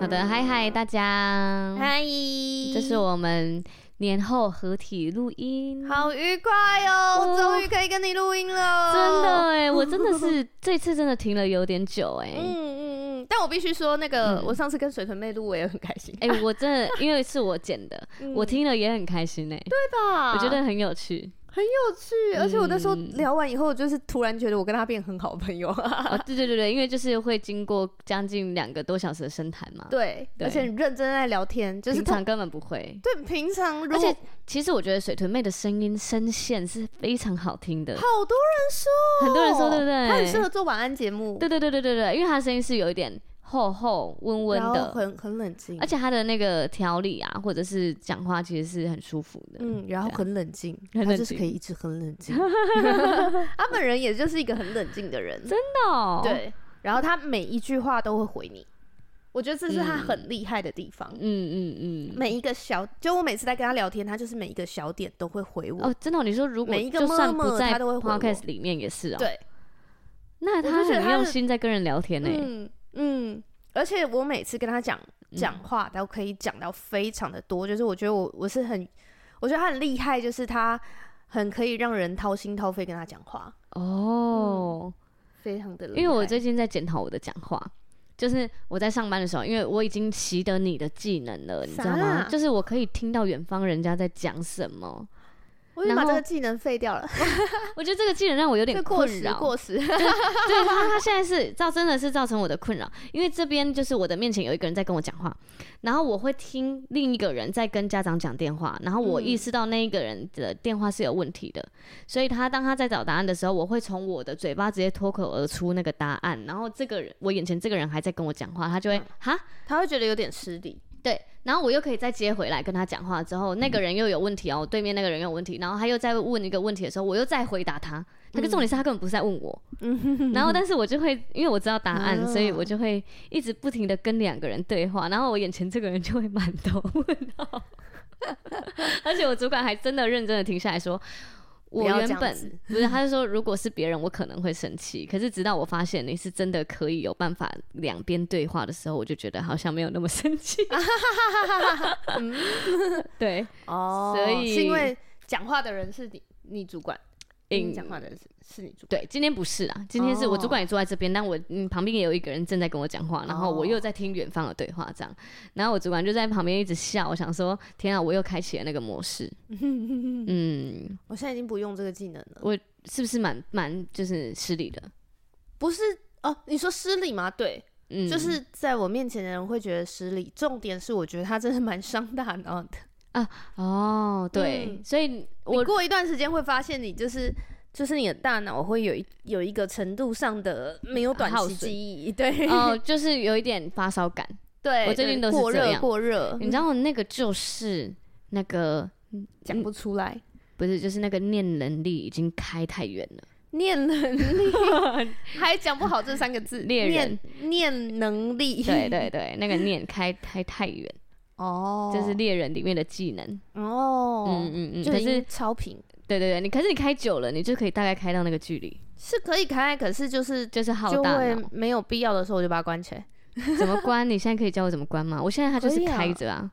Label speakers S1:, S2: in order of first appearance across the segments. S1: 好的，嗨嗨大家，
S2: 嗨，
S1: 嗯这是我们年后合体录音，
S2: 好愉快哦，
S1: 哦
S2: 终于可以跟你录音了，
S1: 真的 哎、我真的是这次真的停了有点久哎、
S2: 嗯嗯嗯，但我必须说，那个、我上次跟水豚妹录，我也很开心，
S1: 哎、我真的因为是我剪 的，我听了也很开心哎、
S2: 嗯对啊吧？
S1: 我觉得很有 趣。
S2: 很有趣，
S1: 嗯
S2: 而且我那时候聊完以后，就是突然觉得我跟他变很好朋 友，
S1: 哦，对对对对，因为就是会经过将近两个多小时的深谈嘛，
S2: 对，
S1: 对
S2: 而且很认真在聊天，就是
S1: 平
S2: 他
S1: 常根本不会。
S2: 对平常如果
S1: 而且其实我觉得水豚妹的声音声线是非常好听的，
S2: 好多人说，
S1: 很多人说对不对
S2: 他很适合做晚安节目，
S1: 对对对对对对，因为她的声音是有一点厚厚温温
S2: 然后
S1: 的，
S2: 很很冷静，
S1: 而且她的那个条理啊，或者是讲话其实是很舒服的。
S2: 嗯，然后很冷静，
S1: 很
S2: 他
S1: 冷
S2: 就是
S1: 静
S2: 可以一直很冷静， 他本人也就是一个很冷静的人，
S1: 真的、哦，
S2: 对，然后他每一句话都会回你，我觉得这是他很厉害的地方。
S1: 嗯嗯嗯，
S2: 每一个小，就我每次在跟他聊天，他就是每一个小点都会回我，
S1: 哦，真的哦、你说如果
S2: 每一个
S1: 就算
S2: 默
S1: 不
S2: 默
S1: 在
S2: 她都会回我
S1: podcast 里面也是哦，
S2: 对，
S1: 那
S2: 就
S1: 她
S2: 觉得
S1: 很
S2: 她
S1: 用
S2: 是
S1: 心在跟人聊天欸呢、
S2: 嗯嗯，而且我每次跟他讲讲话，都可以讲到非常的多，就是我觉得我我是很，我觉得他很厉害，就是他很可以让人掏心掏肺跟他讲话，
S1: 哦。
S2: 非常的厉害。
S1: 因为我最近在检讨我的讲话，就是我在上班的时候，因为我已经习得你的技能了，你知道吗
S2: 啥？
S1: 就是我可以听到远方人家在讲什么。
S2: 我就把
S1: 然后
S2: 这个技能废掉了，
S1: 我觉得这个技能让我有点
S2: 啊这 过
S1: 困
S2: 时
S1: 扰，
S2: 过时。
S1: 对他，他现在是造真的是造成我的困扰，因为这边就是我的面前有一个人在跟我讲话，然后我会听另一个人在跟家长讲电话，然后我意识到那一个人的电话是有问题的，所以他当他在找答案的时候，我会从我的嘴巴直接脱口而出那个答案，然后这个人我眼前这个人还在跟我讲话，他就会哈、
S2: 他会觉得有点失礼，
S1: 对，然后我又可以再接回来跟他讲话之后，那
S2: 嗯
S1: 个人又有问题哦，对面那个人又有问题，然后他又在问一个问题的时候，我又再回答他。那
S2: 嗯
S1: 个重点是他根本不是在 问我，然后但是我就会因为我知道答案，所以我
S2: 啊
S1: 就会一直不停的跟两个人对话，然后我眼前这个人就会满头问号， 而且我主管还真的认真的停下来说。我
S2: 不要这
S1: 原
S2: 样
S1: 本
S2: 子
S1: 不是，他就说如果是别人，我可能会生气。可是直到我发现你是真的可以有办法两边对话的时候，我就觉得好像没有那么生气。对，
S2: 哦
S1: 所以
S2: 是因为讲话的人是你，你主管，跟你
S1: 嗯
S2: 讲话的哦人是是你主管，
S1: 对，今天不是啦，今天是我主管也坐在这边，但我嗯旁边也有一个人正在跟我讲话，然后我
S2: 哦
S1: 又在听远方的对话，这样，然后我主管就在旁边一直笑，我想说天啊，我又开启了那个 模式，嗯，
S2: 我现在已经不用这个技能了，
S1: 我是不是蛮蛮就是失礼的？
S2: 不是哦？你说失礼吗？对，
S1: 嗯，
S2: 就是在我面前的人会觉得失礼。重点是，我觉得他真的蛮伤大脑的。
S1: 哦，对，
S2: 嗯
S1: 所以
S2: 我
S1: 我
S2: 过一段时间会发现，你就是就是你的大脑会有一有一个程度上的没有短
S1: 耗
S2: 期
S1: 损
S2: 记忆，对、
S1: 哦，就是有一点发 烧感，
S2: 对，
S1: 我最近
S2: 对
S1: 都是
S2: 过
S1: 这
S2: 热
S1: 样嗯
S2: 过热，
S1: 你知道那个就是那个
S2: 讲不出来，
S1: 不是就是那个念能力已经开太远了。
S2: 念能 力还讲不好这三个字，
S1: 猎人
S2: 念念能力，
S1: 对对对，那个念开开太远，
S2: 哦，
S1: 就是猎人里面的技能。
S2: 哦，
S1: 嗯嗯嗯，
S2: 就
S1: 可
S2: 已
S1: 是
S2: 经超频
S1: 对对对，你可是你开久了，你就可以大概开到那个距离，
S2: 是可以开，可是就是
S1: 就是好
S2: 就
S1: 大
S2: 会
S1: 脑。
S2: 没有必要的时候我就把它关起来。
S1: 怎么关？你现在可以教我怎么关吗？我现在它就
S2: 可
S1: 是
S2: 以啊
S1: 开 着啊，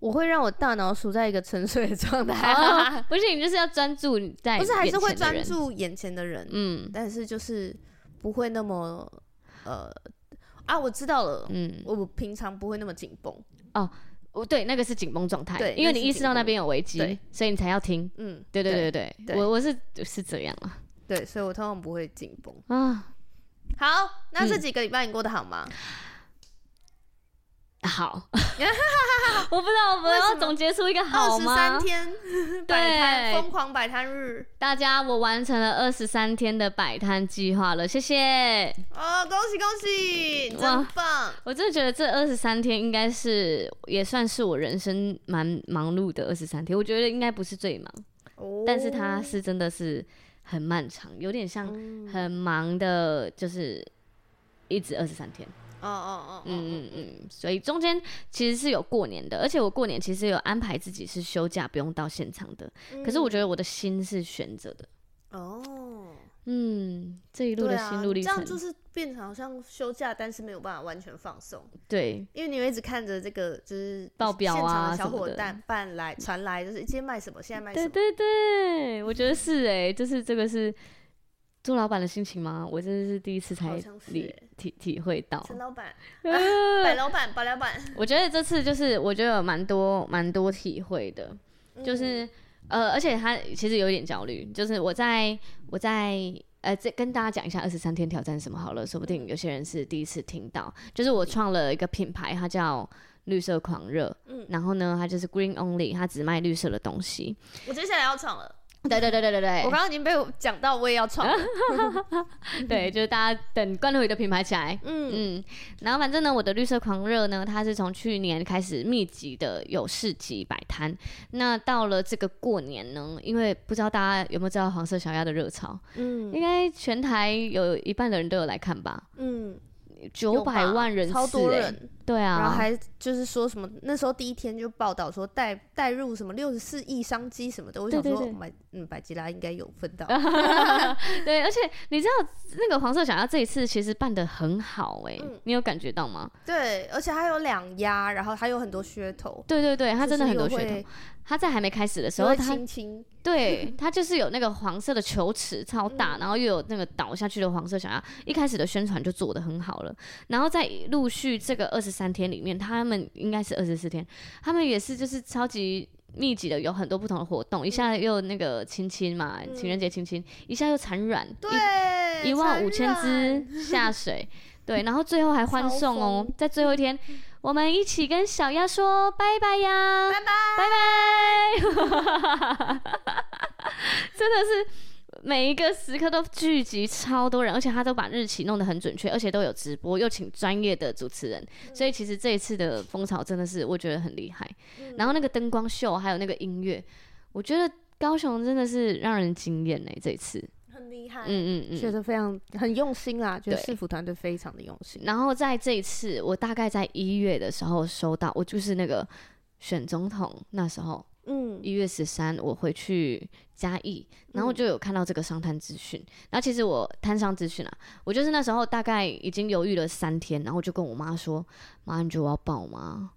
S2: 我会让我大脑处在一个沉睡的状态，
S1: 哦不是你就是要专注你在
S2: 不是还是
S1: 眼
S2: 会
S1: 前的
S2: 专
S1: 人。
S2: 注眼前的人，
S1: 嗯
S2: 但是就是不会那么呃啊，我知道了，
S1: 嗯，
S2: 我平常不会那么紧绷，
S1: 哦对，那个是紧绷状态
S2: 对，
S1: 因为
S2: 那
S1: 你
S2: 是
S1: 意识
S2: 紧
S1: 到
S2: 绷
S1: 那边有危
S2: 对
S1: 机，所以你才要听。
S2: 嗯，
S1: 对对对
S2: 对
S1: 对，我我是是这样啊
S2: 对，所以我通常不会紧绷。
S1: 啊，
S2: 好，那这
S1: 嗯
S2: 几个礼拜你过得好吗？
S1: 啊 好， 我不知道我们
S2: 为什
S1: 要
S2: 么
S1: 总结出一个
S2: 二
S1: 好
S2: 十
S1: 吗
S2: 三？天 摆摊疯狂摆摊日
S1: 大家，我完成了二十三天的摆摊计划了，谢谢。
S2: 哦，恭喜恭喜，你真
S1: 哇
S2: 棒！
S1: 我真的觉得这二十三天应该是也算是我人生蛮忙碌的二十三天，我觉得应该不是最忙，
S2: 哦
S1: 但是它是真的是很漫长，有点像
S2: 嗯
S1: 很忙的，就是一直二十三天。
S2: 哦哦哦，嗯
S1: 嗯嗯嗯，所以中间其实是有过年的，而且我过年其实有安排自己是休假，不用到现场的。
S2: 嗯
S1: 可是我觉得我的心是悬着的，
S2: 哦，
S1: 嗯，这一路
S2: 对
S1: 的
S2: 啊，
S1: 心路历
S2: 这
S1: 程，
S2: 样就是变成好像休假，但是没有办法完全放松，
S1: 对
S2: 因为你会一直看着这个就是
S1: 报表
S2: 现场
S1: 啊
S2: 的小
S1: 什么
S2: 伙
S1: 的
S2: 伴伴来传来，就是今天卖什么，现在卖什
S1: 对
S2: 么，
S1: 对对，我觉得是哎、就是这个是做老板的心情吗？我真的是第一次
S2: 好
S1: 才
S2: 像是
S1: 理
S2: 欸
S1: 体体会到，
S2: 陈老 板、
S1: 呃
S2: 白老板、白老板，
S1: 我觉得这次就是我觉得有蛮多蛮多体会的，
S2: 嗯
S1: 就是、呃，而且他其实有一点焦虑，就是我在我在呃，这跟大家讲一下二十三天挑战是什么好了，说不定有些人是第一次听到，就是我创了一个品牌，它叫。绿色狂热，
S2: 嗯
S1: 然后呢，它就是 green only，它只卖绿色的东西。
S2: 我接下来要闯了。
S1: 对对对对对对，
S2: 我刚刚已经被我讲到，我也要闯 了。
S1: 对，就是大家等关露雨的品牌起来。
S2: 嗯
S1: 嗯，然后反正呢，我的绿色狂热呢，它是从去年开始密集的有市集摆摊。那到了这个过年呢，因为不知道大家有没有知道黄色小鸭的热潮，
S2: 嗯
S1: 应该全台有一半的人都有来看吧，
S2: 嗯，
S1: 九百万人次、
S2: 超多
S1: 欸
S2: 人，
S1: 对
S2: 然后
S1: 啊，
S2: 还就是说什么那时候第一天就报道说带带入什么六十四亿商机什么的，我想
S1: 对对
S2: 说
S1: 对啊
S2: 买嗯百吉拉应该有分到，
S1: 对，而且你知道那个黄色小鸭这一次其实办的很好哎、
S2: 嗯
S1: 你有感觉到吗？
S2: 对，而且还有两压，然后还有很多噱头，
S1: 对对对，它啊真的很多
S2: 就是又
S1: 噱头
S2: 会，。
S1: 它在还没开始的时
S2: 所
S1: 候，
S2: 谓
S1: 它
S2: 亲亲，
S1: 对，它就是有那个黄色的球池超大，然后又有那个倒下去的黄色小鸭。一开始的宣传就做得很好了，然后在陆续这个二十三天里面，他们应该是二十四天，他们也是就是超级。密集的有很多不同的活动，一下又那个亲亲嘛，情人节亲亲，一下又产卵，
S2: 对，
S1: 一万五千
S2: 传染，
S1: 只下 水，对，然后最后还欢
S2: 超
S1: 送哦
S2: 疯，
S1: 在最后 一天，我们一起跟小鸭说拜拜呀，
S2: 拜拜
S1: 拜 拜，真的是每一个时刻都聚集超多人，而且他都把日期弄得很准确，而且都有直播，又请专业的主持人，
S2: 嗯
S1: 所以其实这一次的风潮真的是我觉得很厉害。
S2: 嗯
S1: 然后那个灯光秀还有那个音乐，我觉得高雄真的是让人惊艳嘞，这一次，
S2: 很厉害，
S1: 嗯嗯嗯，
S2: 觉得非常很用心啦，觉得
S1: 对
S2: 市府团队非常的用心，
S1: 然后在这一次，我大概在一月的时候收到，我就是那个选总统那时候
S2: 嗯
S1: 一月十三我回去嘉义，然后我就有看到这个商摊资讯。然后其实我摊商资讯啊，我就是那时候大概已经犹豫了三天，然后我就跟我妈说：“妈，你觉得我要报吗？”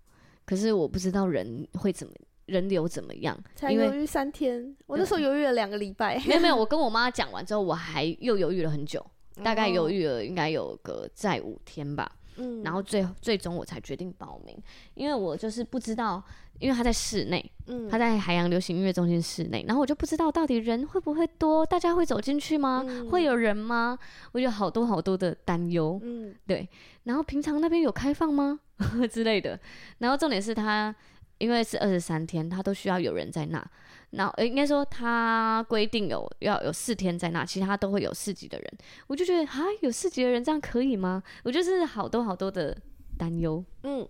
S1: 可是我不知道人会怎么人流怎么样，
S2: 才
S1: 因为
S2: 犹豫三天，我那时候犹豫了两个礼拜，
S1: 嗯没有没有，我跟我妈讲完之后，我还又犹豫了很久，
S2: 哦
S1: 大概犹
S2: 豫，
S1: 豫了应该有个在五天吧。
S2: 嗯
S1: 然后最最终我才决定报名，因为我就是不知道，因为他在室内，
S2: 嗯
S1: 他在海洋流行音乐中心室内，然后我就不知道到底人会不会多，大家会走进去吗？
S2: 嗯
S1: 会有人吗？我有好多好多的担忧，
S2: 嗯
S1: 对。然后平常那边有开放吗 之类的？然后重点是他因为是二十三天，他都需要有人在那。然后呃应该说他规定有要有四天在那，其他都会有四级的人。我就觉得啊，有四级的人这样可以吗？我就是好多好多的担忧。
S2: 嗯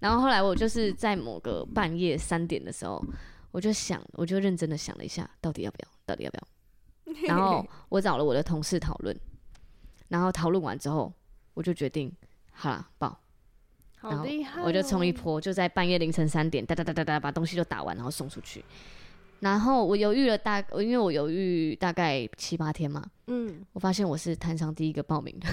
S1: 然后后来我就是在某个半夜三点的时候，我就想，我就认真的想了一下，到底要不要，到底要不要。然后我找了我的同事讨论，然后讨论完之后，我就决定，好啦，报，然
S2: 好
S1: 后
S2: 厉害哦，
S1: 我就冲一波，就在半夜凌晨三点，哒哒哒哒哒，把东西都打完，然后送出去。然后我犹豫了大，因为我犹豫大概七八天嘛，
S2: 嗯，
S1: 我发现我是摊商第一个报名的。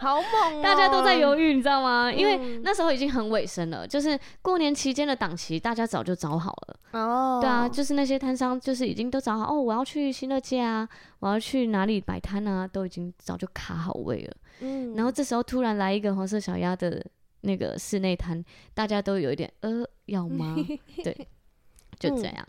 S2: 好猛、
S1: 大家都在
S2: 豫。
S1: 犹豫，你知道吗？因为
S2: 嗯
S1: 那时候已经很尾声了，就是过年期间的档期，大家早就找好了。
S2: 哦，
S1: 对啊，就是那些摊商，就是已经都找好哦，我要去新乐街啊，我要去哪里摆摊啊，都已经早就卡好位了。
S2: 嗯
S1: 然后这时候突然来一个黄色小鸭的那个室内摊，大家都有一点呃，要吗？ 对，就
S2: 嗯
S1: 这样。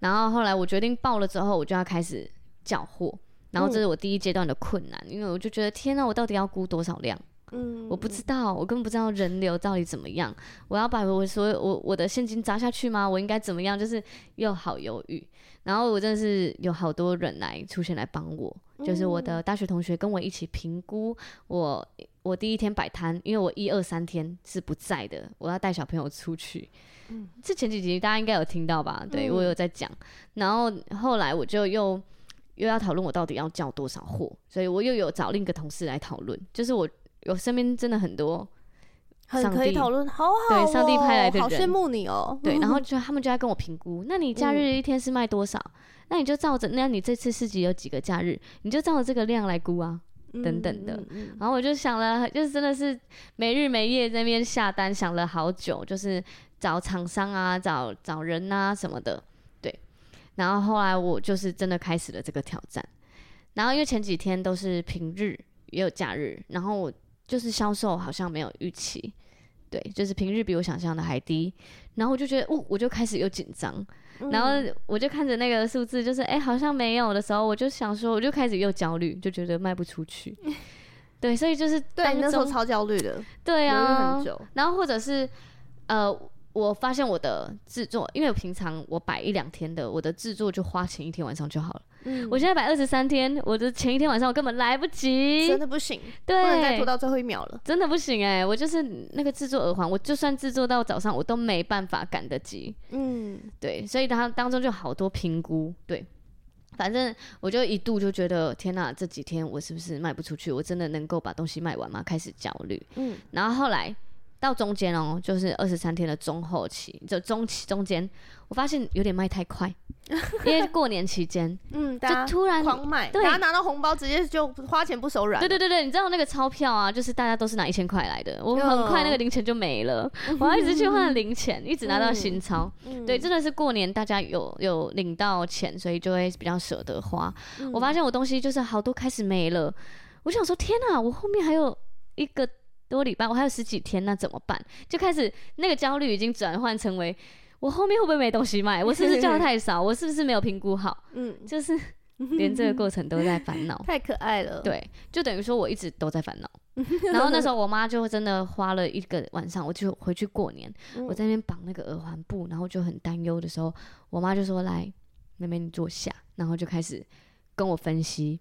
S1: 然后后来我决定报了之后，我就要开始
S2: 嗯
S1: 缴货。然后这是我第一阶段的困难，因为我就觉得天呐，我到底要估多少量？
S2: 嗯
S1: 我不知道，我根本不知道人流到底怎么样。我要把我所有我我的现金砸下去吗？我应该怎么样？就是又好犹豫。然后我真的是有好多人来出现来帮我，就是我
S2: 嗯
S1: 的大学同学跟我一起评估我我第一天摆摊，因为我一二三天是不在的，我要带小朋友出去。
S2: 嗯
S1: 这前几集大家应该有听到吧？对我有在讲。然后后来我就又又要讨论我到底要叫多少货，所以我又有找另一个同事来讨论，就是我我身边真的很多
S2: 很
S1: 上
S2: 可以
S1: 帝
S2: 讨论，好好、哦，
S1: 对上帝派来的
S2: 好羡
S1: 人
S2: 慕你哦。
S1: 对，然后就他们就在跟我评估，那你假日一天是卖多少？那你就照着，那你这次市集有几个假日，你就照着这个量来估啊。等等的
S2: 嗯，嗯
S1: 然后我就想了，就是真的是没日没夜在那边下单，想了好久，就是找厂商啊，找找人啊什么的，对。然后后来我就是真的开始了这个挑战。然后因为前几天都是平日，也有假日，然后我就是销售好像没有预期，对，就是平日比我想象的还低。然后我就觉得，哦，我就开始有紧张，
S2: 嗯
S1: 然后我就看着那个数字，就是哎、诶好像没有的时候，我就想说，我就开始又焦虑，就觉得卖不出 去。对，所以就是
S2: 对，
S1: 当
S2: 那时候
S1: 中
S2: 超焦虑的，
S1: 对
S2: 犹豫
S1: 啊
S2: 很，久。
S1: 然后或者是呃，我发现我的制作，因为我平常我摆一两天的，我的制作就花前一天晚上就好了。
S2: 嗯
S1: 我现在摆二十三天，我的前一天晚上我根本来不及，
S2: 真的不行，不能再拖
S1: 对，
S2: 到最后一秒了。
S1: 真的不行哎、我就是那个制作耳环，我就算制作到早上，我都没办法赶得及。
S2: 嗯，
S1: 对，所以它当中就好多评估，对。反正我就一度就觉得天哪，这几天我是不是卖不出去？我真的能够把东西卖完吗？开始焦虑。
S2: 嗯，
S1: 然后后来到中间哦，就是二十三天的中后期，就中期中间，我发现有点卖 太快，因为过年期间
S2: 嗯， 大
S1: 就
S2: 家
S1: 突然，
S2: 狂啊买，
S1: 对
S2: 大家拿到红包直接就花钱不手软。
S1: 对对对对，你知道那个钞票啊，就是大家都是拿一千块来的，我很快那个零钱就没 了，我要一直去换零钱，一直拿到新钞。
S2: 嗯，
S1: 对，真的是过年大家有有领到钱，所以就会比较舍得花。
S2: 嗯
S1: 我发现我东西就是好多开始没了，我想说天哪，我后面还有一个多礼拜，我还有十几天，那怎么办？就开始那个焦虑已经转换成为。我后面会不会没东西卖？我是不是叫的太少？我是不是没有评估好？
S2: 嗯，
S1: 就是连这个过程都在烦恼。
S2: 太可爱了。，
S1: 对，就等于说我一直都在烦恼。然后那时候我妈就真的花了一个晚上，我就回去过年，
S2: 嗯
S1: 我在那边绑那个耳环布，然后就很担忧的时候，我妈就说：“来，妹妹你坐下。”然后就开始跟我分析。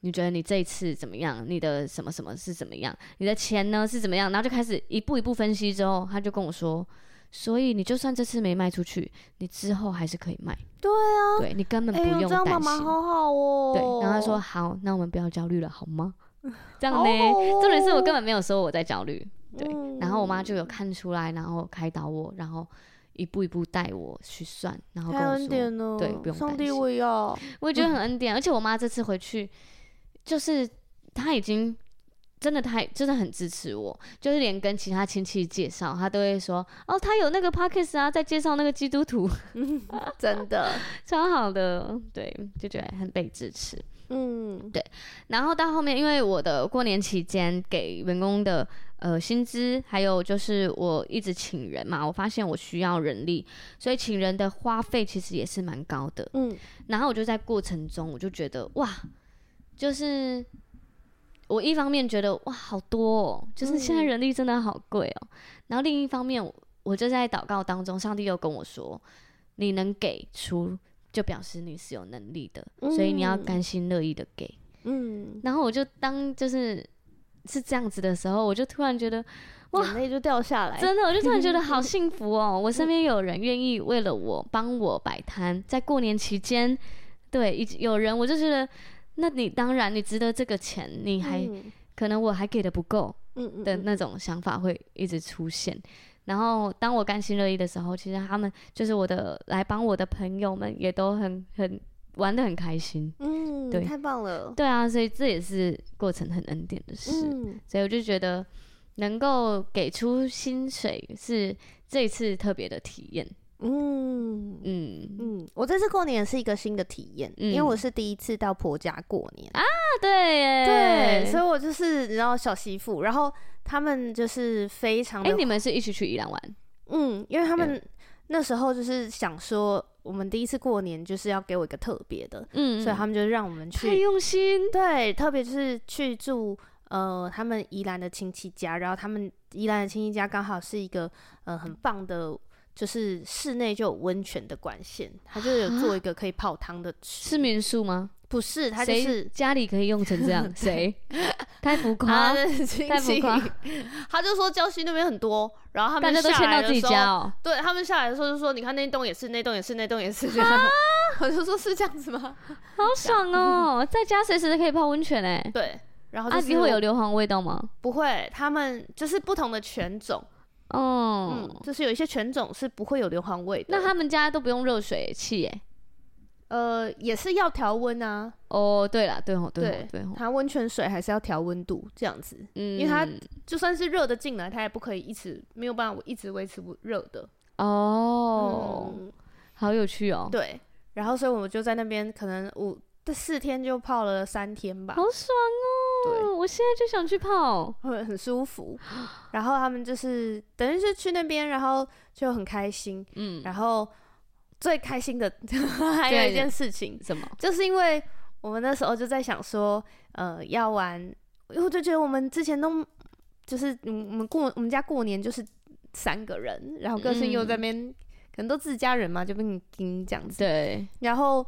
S1: 你觉得你这一次怎么样？你的什么什么是怎么样？你的钱呢是怎么样？然后就开始一步一步分析。之后，她就跟我说：“所以你就算这次没卖出去，你之后还是可以卖。
S2: 对啊，
S1: 对你根本
S2: 哎
S1: 不
S2: 呦，
S1: 用
S2: 这样妈
S1: 担
S2: 妈
S1: 心。
S2: 好好哦。
S1: 对，然后他说好，那我们不要焦虑了，好 吗？这样
S2: 好
S1: 呢，
S2: 好哦
S1: 重点是我根本没有说我在焦虑，对
S2: 嗯
S1: 然后我妈就有看出来，然后开导我，然后一步一步带我去算，然后跟
S2: 太
S1: 我
S2: 恩
S1: 说，
S2: 典了，
S1: 对不用
S2: 哦上
S1: 担
S2: 帝
S1: 心
S2: 我也 要，
S1: 我也觉得很恩典，而且我妈这次回去，就是她已经。真的太真的很支持我，就是连跟其他亲戚介绍，她都会说哦，她有那个 p o c k e t 啊，在介绍那个基督徒，
S2: 真的，
S1: 超好的，对，就觉得很被支持。
S2: 嗯，
S1: 然后到后面，因为我的过年期间给员工的呃薪资，还有就是我一直请人嘛，我发现我需要人力，所以请人的花费其实也是蛮高的。
S2: 嗯，
S1: 然后我就在过程中，我就觉得哇，就是我一方面觉得哇好多哦，就是现在
S2: 嗯
S1: 人力真的好贵哦。然后另一方面，我我就在祷告当中，上帝又跟我说，你能给出，就表示你是有能力的，所以你要
S2: 嗯
S1: 甘心乐意的给。
S2: 嗯，
S1: 然后我就当就是是这样子的时候，我就突然觉得，哇
S2: 眼泪就掉下来，
S1: 真的，我就突然觉 得好幸福哦！我
S2: 嗯
S1: 身边有人愿意为了我帮我摆摊，在过年期间，对，一直有人，我就觉得，那你当然你值得这个钱，你还、
S2: 嗯
S1: 可能我还给的不够
S2: 嗯嗯
S1: 的
S2: 嗯
S1: 那种想法会一直出现。然后当我甘心乐意的时候，其实他们就是我的来帮我的朋友们，也都很很玩的很开心。
S2: 嗯，
S1: 对
S2: 太棒了，
S1: 对啊，所以这也是过程很恩典的事。
S2: 嗯，
S1: 所以我就觉得能够给出薪水是这一次特别的体验。
S2: 嗯。
S1: 嗯，
S2: 嗯，我这次过年也是一个新的体验，
S1: 嗯
S2: 因为我是第一次到婆家过年，
S1: 啊，对耶，
S2: 对，所以我就是你知道小媳妇，然后他们就是非常
S1: 哎、
S2: 的，
S1: 你们是一起去宜兰玩？
S2: 嗯，因为他们那时候就是想说，我们第一次过年就是要给我一个特别的，
S1: 嗯
S2: 所以他们就让我们
S1: 太
S2: 去，
S1: 用心。
S2: 对，特别就是去住呃他们宜兰的亲戚家，然后他们宜兰的亲戚家刚好是一个呃很棒的，就是室内就有温泉的管线，他就是有做一个可以泡汤的池，
S1: 是民宿吗？
S2: 不是，他就
S1: 谁
S2: 是
S1: 家里可以用成这 样？谁？太浮
S2: 他
S1: 夸，
S2: 的啊 亲
S1: 太浮
S2: 戚，
S1: 夸，
S2: 他就说礁溪那边很多，然后他
S1: 大
S2: 们
S1: 家都
S2: 下
S1: 迁
S2: 来
S1: 到
S2: 的
S1: 自己
S2: 时候
S1: 家哦。
S2: 对他们下来的时候就说：“你看那栋也是，那栋也是，那栋也是。”这样，啊 我就说是这样子吗？
S1: 好爽 哦，在家随时都可以泡温泉哎、
S2: 对，然后
S1: 啊，
S2: 就是
S1: 你会有硫磺味道吗？
S2: 不会？他们就是不同的犬种，
S1: 哦、
S2: 嗯，就是有一些犬种是不会有硫磺味的。
S1: 那他们家都不用热水器哎、
S2: 呃也是要调温啊，
S1: 哦，对了，对吼，对吼
S2: 对，哦
S1: 对吼，
S2: 它温泉水还是要调温度这样子，
S1: 嗯
S2: 因为它就算是热的进来，它也不可以一直没有办法一直维持不热的。
S1: 哦、
S2: 嗯
S1: 好有趣哦，
S2: 对，然后所以我就在那边可能五这四天就泡了三天吧，
S1: 好爽
S2: 啊对
S1: 哦，我现在就想去泡，
S2: 会很舒服。然后他们就是等于是去那边，然后就很开心。
S1: 嗯，
S2: 然后最开心的 还有
S1: 对
S2: 一件事情，
S1: 什么？
S2: 就是因为我们那时候就在想说，呃，要玩，因为我就觉得我们之前都就是嗯我们过我们家过年就是三个人，然后个性又在那边、可能都自家人嘛，就被你盯这样子。
S1: 嗯对，
S2: 然后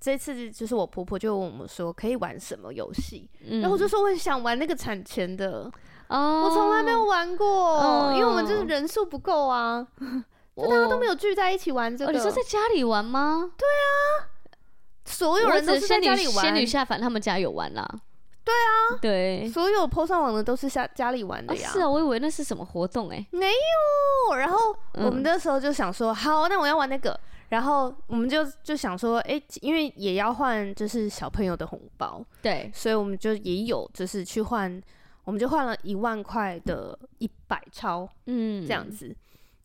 S2: 这次就是我婆婆就问我们说可以玩什么游戏，
S1: 嗯
S2: 然后我就说我很想玩那个产前的，
S1: 哦，
S2: 我从来没有玩过，因为我们就是
S1: 哦
S2: 人数不够啊，
S1: 哦，
S2: 大家都没有聚在一起玩这个。
S1: 哦，你说在家里玩吗？对，
S2: 所有人都是在
S1: 仙
S2: 家
S1: 女
S2: 里
S1: 仙女
S2: 玩，
S1: 下凡他们家有玩啦，对啊，对，
S2: 所有 PO 上网的都是下家里玩
S1: 啊
S2: 的呀。
S1: 是啊，我以为那是什么活动哎、
S2: 没有。然后
S1: 嗯
S2: 我们那时候就想说，好，那我要玩那个。然后我们就就想说，哎、因为也要换就是小朋友的红包，
S1: 对，
S2: 所以我们就也有就是去换，我们就换了一万块的一百钞
S1: 嗯，
S2: 这样子。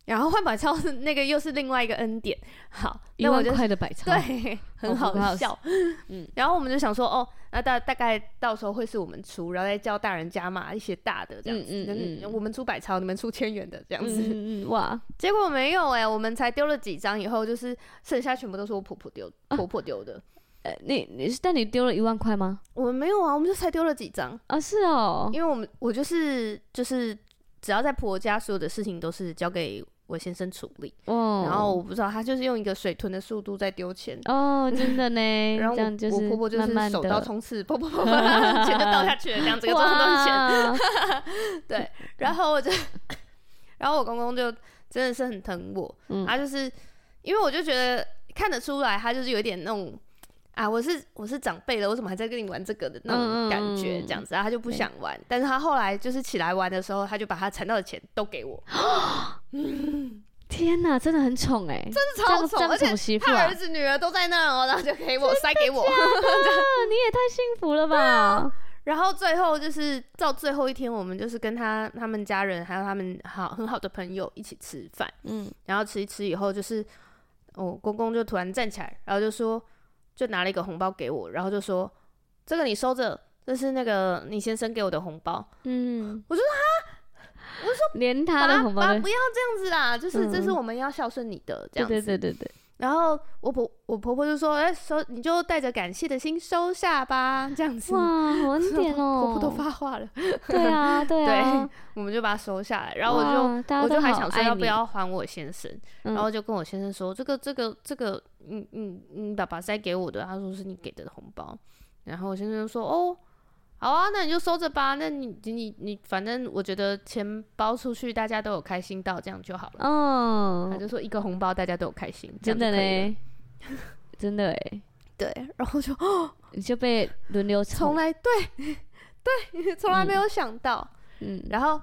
S2: 然后换百钞是那个又是另外一个恩典，好，
S1: 一
S2: 那我
S1: 万
S2: 就
S1: 块的百超，
S2: 对，哦很
S1: 好不好
S2: 好笑。
S1: 嗯
S2: 嗯，然后我们就想说，哦，那大大概到时候会是我们出，然后再教大人加码一些大的这样子，
S1: 嗯嗯嗯
S2: 嗯我们出百钞，你们出千元的这样子。
S1: 嗯嗯嗯，哇，
S2: 结果没有哎、我们才丢了几张，以后就是剩下全部都是我婆婆丢，
S1: 啊
S2: 婆婆丢的。
S1: 呃，你你但你丢了一万块吗？
S2: 我们没有啊，我们就才丢了几张，
S1: 啊，是哦，
S2: 因为我们我就是就是只要在婆家，所有的事情都是交给我先生处理，
S1: 哦，
S2: 然后我不知道他就是用一个水豚的速度在丢钱，
S1: 哦，真的呢，
S2: 然后
S1: 这样
S2: 我
S1: 就
S2: 我
S1: 是
S2: 婆婆就
S1: 慢慢
S2: 是手刀
S1: 的，
S2: 冲刺，砰砰砰砰，钱就倒下去了，这 样整个桌上都是钱。
S1: 哇
S2: 对，然后我就，然后我公公就真的是很疼我，
S1: 嗯
S2: 他就是因为我就觉得看得出来，他就是有点那种啊，我是我是长辈了，我怎么还在跟你玩这个的那
S1: 嗯
S2: 种
S1: 嗯
S2: 感
S1: 嗯
S2: 觉，
S1: 嗯
S2: 这样子，然后他就不想玩。但是他后来就是起来玩的时候，他就把他攒到的钱都给我，
S1: 天哪，真的很宠哎，真
S2: 真的超
S1: 这
S2: 宠，
S1: 样
S2: 而且
S1: 宠媳妇
S2: 他
S1: 啊，
S2: 儿子女儿都在那哦，然后就给我塞给我。
S1: 啊你也太幸福了吧，
S2: 然后最后就是到最后一天，我们就是跟他他们家人还有他们好很好的朋友一起吃饭，
S1: 嗯，
S2: 然后吃一吃以后，就是我公公就突然站起来，然后就说，就拿了一个红包给我，然后就说这个你收着，这是那个你先生给我的红包，
S1: 嗯，
S2: 我就
S1: 说啊，我说连 他的
S2: 爸
S1: 红包
S2: 爸
S1: 都
S2: 不要这样子啦， 就是这是
S1: 嗯
S2: 我们要孝顺你的这
S1: 对
S2: 样子。
S1: 对对对对，
S2: 然后我婆我婆婆就说，哎、收你就带着感谢的心收下吧，这样子。
S1: 哇，好恩 典
S2: 婆
S1: 哦
S2: 婆，都发话了，
S1: 对啊对啊，
S2: 我们就把它收下来，然后我就
S1: 哇大家
S2: 我
S1: 都
S2: 就还
S1: 好
S2: 想说
S1: 爱
S2: 要不
S1: 你
S2: 要还我先生，
S1: 嗯
S2: 然后就跟我先生说这个这个这个，嗯嗯嗯，爸爸塞给我的，他说是你给的红包，然后我先生就说哦，好啊，那你就收着吧，那你你你反正我觉得钱包出去大家都有开心到，这样就好了。他
S1: 嗯，
S2: 就说一个红包大家都有开心，这
S1: 真
S2: 样
S1: 的
S2: 就可以了
S1: 呢，真的哎，
S2: 对，然后 就
S1: 你就被轮流
S2: 从
S1: 宠，
S2: 来对对，从来没有想到，
S1: 嗯，
S2: 然后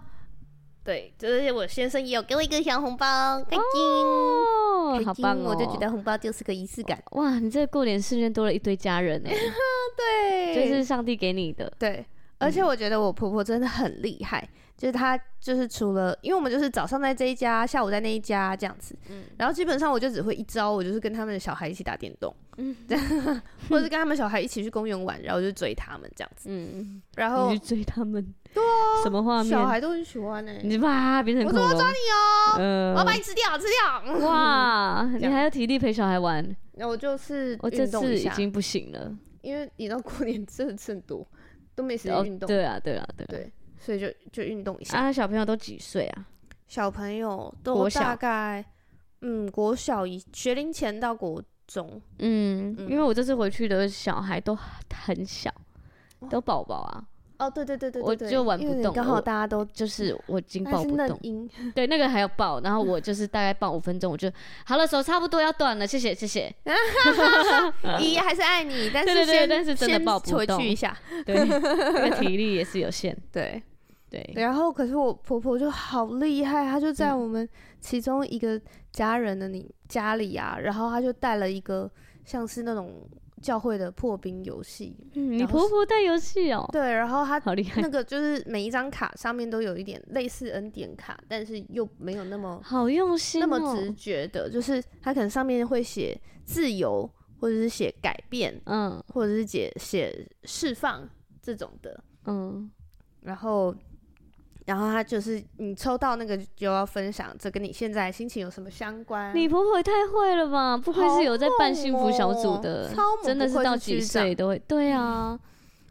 S2: 对，就是我先生也有给我一个小红包，开心。
S1: 哦，
S2: 开
S1: 好
S2: 心
S1: 棒哦！
S2: 我就觉得红包就是个仪式感，
S1: 哇，你这个过年瞬间多了一堆家人哎、
S2: 对
S1: 就是嗯上帝给你的，
S2: 对，而且我觉得我婆婆真的很厉害，就是她就是除了，因为我们就是早上在这一家，下午在那一家这样子，
S1: 嗯
S2: 然后基本上我就只会一招，我就是跟他们的小孩一起打电动，
S1: 嗯
S2: 嗯， 或者是跟他们小孩一起去公园玩，然后就追他们这样子，
S1: 嗯，
S2: 然后
S1: 你去追他们，对啊，什么画面？
S2: 小孩都很喜欢呢、
S1: 你就哇变成恐龙，我抓你哦，嗯、
S2: 我要把你吃掉，吃掉！
S1: 哇，你
S2: 样
S1: 还有体力陪小孩玩，
S2: 那我就是
S1: 我这
S2: 运动
S1: 次
S2: 一
S1: 已
S2: 下，
S1: 经不行了，
S2: 因为你知道过年真的吃很多，都没时间
S1: 哦
S2: 运，动，
S1: 对啊，对啊，对啊。
S2: 对，所以就就运动一下。
S1: 啊，小朋友都几岁啊？
S2: 小朋友都
S1: 国小
S2: 大概嗯国小以学龄前到国中，
S1: 嗯，
S2: 嗯
S1: 因为我这次回去的小孩都很小，都宝宝啊，
S2: 哦，对对对对
S1: 我
S2: 对对
S1: 就玩不
S2: 因为你
S1: 动
S2: 刚
S1: 了
S2: 好
S1: 我
S2: 大家都
S1: 就是我已经
S2: 那
S1: 抱
S2: 是
S1: 不
S2: 嫩
S1: 动，
S2: 婴，
S1: 对，那个还要抱，然后我就是大概抱五分钟，我就好了，手差不多要断了，谢谢谢 啊谢。
S2: 姨还是爱你，但是
S1: 对
S2: 先
S1: 对对但是真的
S2: 先
S1: 抱不
S2: 回
S1: 动
S2: 去一下，
S1: 对，那个体力也是有限，
S2: 对。
S1: 对，嗯
S2: 然后，可是我婆婆就好厉害，她就在我们其中一个家人的你家里啊，然后她就带了一个像是那种教会的破冰游戏，
S1: 嗯、你
S2: 然后
S1: 婆婆带游戏哦，
S2: 对，然后她
S1: 好厉 害
S2: 那，个就是每一张卡上面都有一点类似恩典卡，但是又没有那么
S1: 好用心
S2: 那
S1: 哦，
S2: 么直觉的，就是它可能上面会写自由，或者是写改变，
S1: 嗯
S2: 或者是写写释放这种的，
S1: 嗯，
S2: 然后，然后他就是你抽到那个就要分享这跟你现在心情有什么相关。
S1: 你婆婆也太会了吧，不愧
S2: 啊好
S1: 是有在办幸福小
S2: 猛
S1: 组
S2: 哦
S1: 的，
S2: 超猛
S1: 真的
S2: 不愧
S1: 是到
S2: 是
S1: 几
S2: 区长哦
S1: 岁都会，对啊，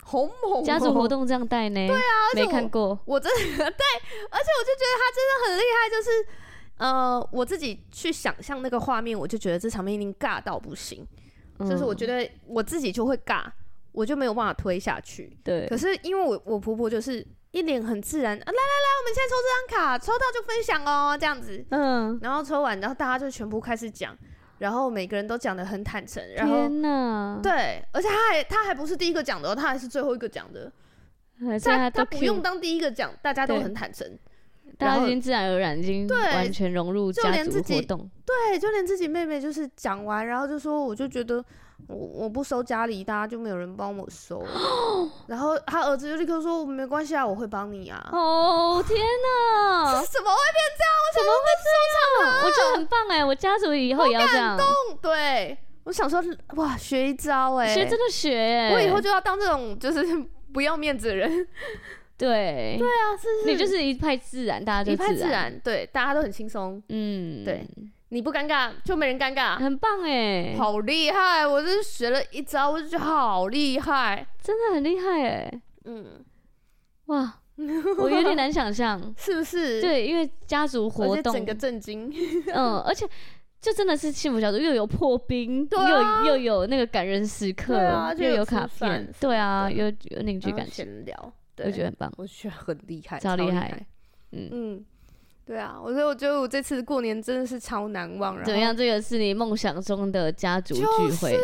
S2: 好猛、
S1: 家族活，动这样带呢，对啊，
S2: 且
S1: 没看
S2: 我
S1: 过，
S2: 我真的 对，而且我就觉得他真的很厉害，就是呃，我自己去想象那个画面，我就觉得这场面一定尬到不行，就是我
S1: 嗯
S2: 觉得我自己就会尬，我就没有办法推下去。
S1: 对
S2: 可，是因为我我婆婆就是一脸很自然，啊、来来来，我们现在抽这张卡，抽到就分享哦，这样子。
S1: 嗯，
S2: 然后抽完，然后大家就全部开始讲，然后每个人都讲的很坦诚，然后
S1: 天哪，
S2: 对，而且她还她还不是第一个讲的哦，她还是最后一个讲的，
S1: 对
S2: 她
S1: 他
S2: 她
S1: 都
S2: 不
S1: cue
S2: 用当第一个讲，大家都
S1: 对
S2: 很坦诚，
S1: 大
S2: 然
S1: 家
S2: 后
S1: 已经自然而然已经
S2: 对
S1: 完全融入
S2: 就
S1: 家
S2: 连
S1: 族
S2: 自己
S1: 活 动，
S2: 对，就连自己妹妹就是讲完，然后就说我就觉得。我我不收家里，大家就没有人帮我 收。然后她儿子就立刻说：“没关系啊，我会帮你啊。
S1: 哦 天哪，
S2: 这怎么会变这样？我想
S1: 怎
S2: 说
S1: 么会这样？我觉得很棒哎，我家族以后也要这样，
S2: 对，我想说，哇，学一招哎、
S1: 学真的学哎，
S2: 我以后就要当这种就是 不要面子的人。
S1: 对对啊，是你就是一派自然，大家
S2: 嗯一
S1: 就
S2: 派自，然，对，大家都很轻松，
S1: 嗯，
S2: 对，你不尴尬就没人尴尬，
S1: 很棒哎，
S2: 好厉害！我真是学了一招，我就觉得好厉害。
S1: 真的很厉害哎，
S2: 嗯，，
S1: 哇，我有点难想象
S2: 是不是？，
S1: 对，因为家族
S2: 而
S1: 活
S2: 且
S1: 动，
S2: 整个震惊，
S1: 嗯，而且。就真的是幸福小组，又有破冰，
S2: 对啊
S1: 又又有那个感人时刻，
S2: 对啊就
S1: 又
S2: 有
S1: 有
S2: 吃
S1: 卡
S2: 饭
S1: 片
S2: 什，
S1: 对
S2: 么
S1: 啊，
S2: 的
S1: 有有凝聚
S2: 然后
S1: 感情，
S2: 闲聊，对，
S1: 我觉得很棒。
S2: 我觉得很厉害，
S1: 超
S2: 厉
S1: 厉害嗯
S2: 嗯，对啊，我觉得我觉得我这次过年真的是超难忘，然后
S1: 怎么样？这个是你梦想中的家族聚会，
S2: 就是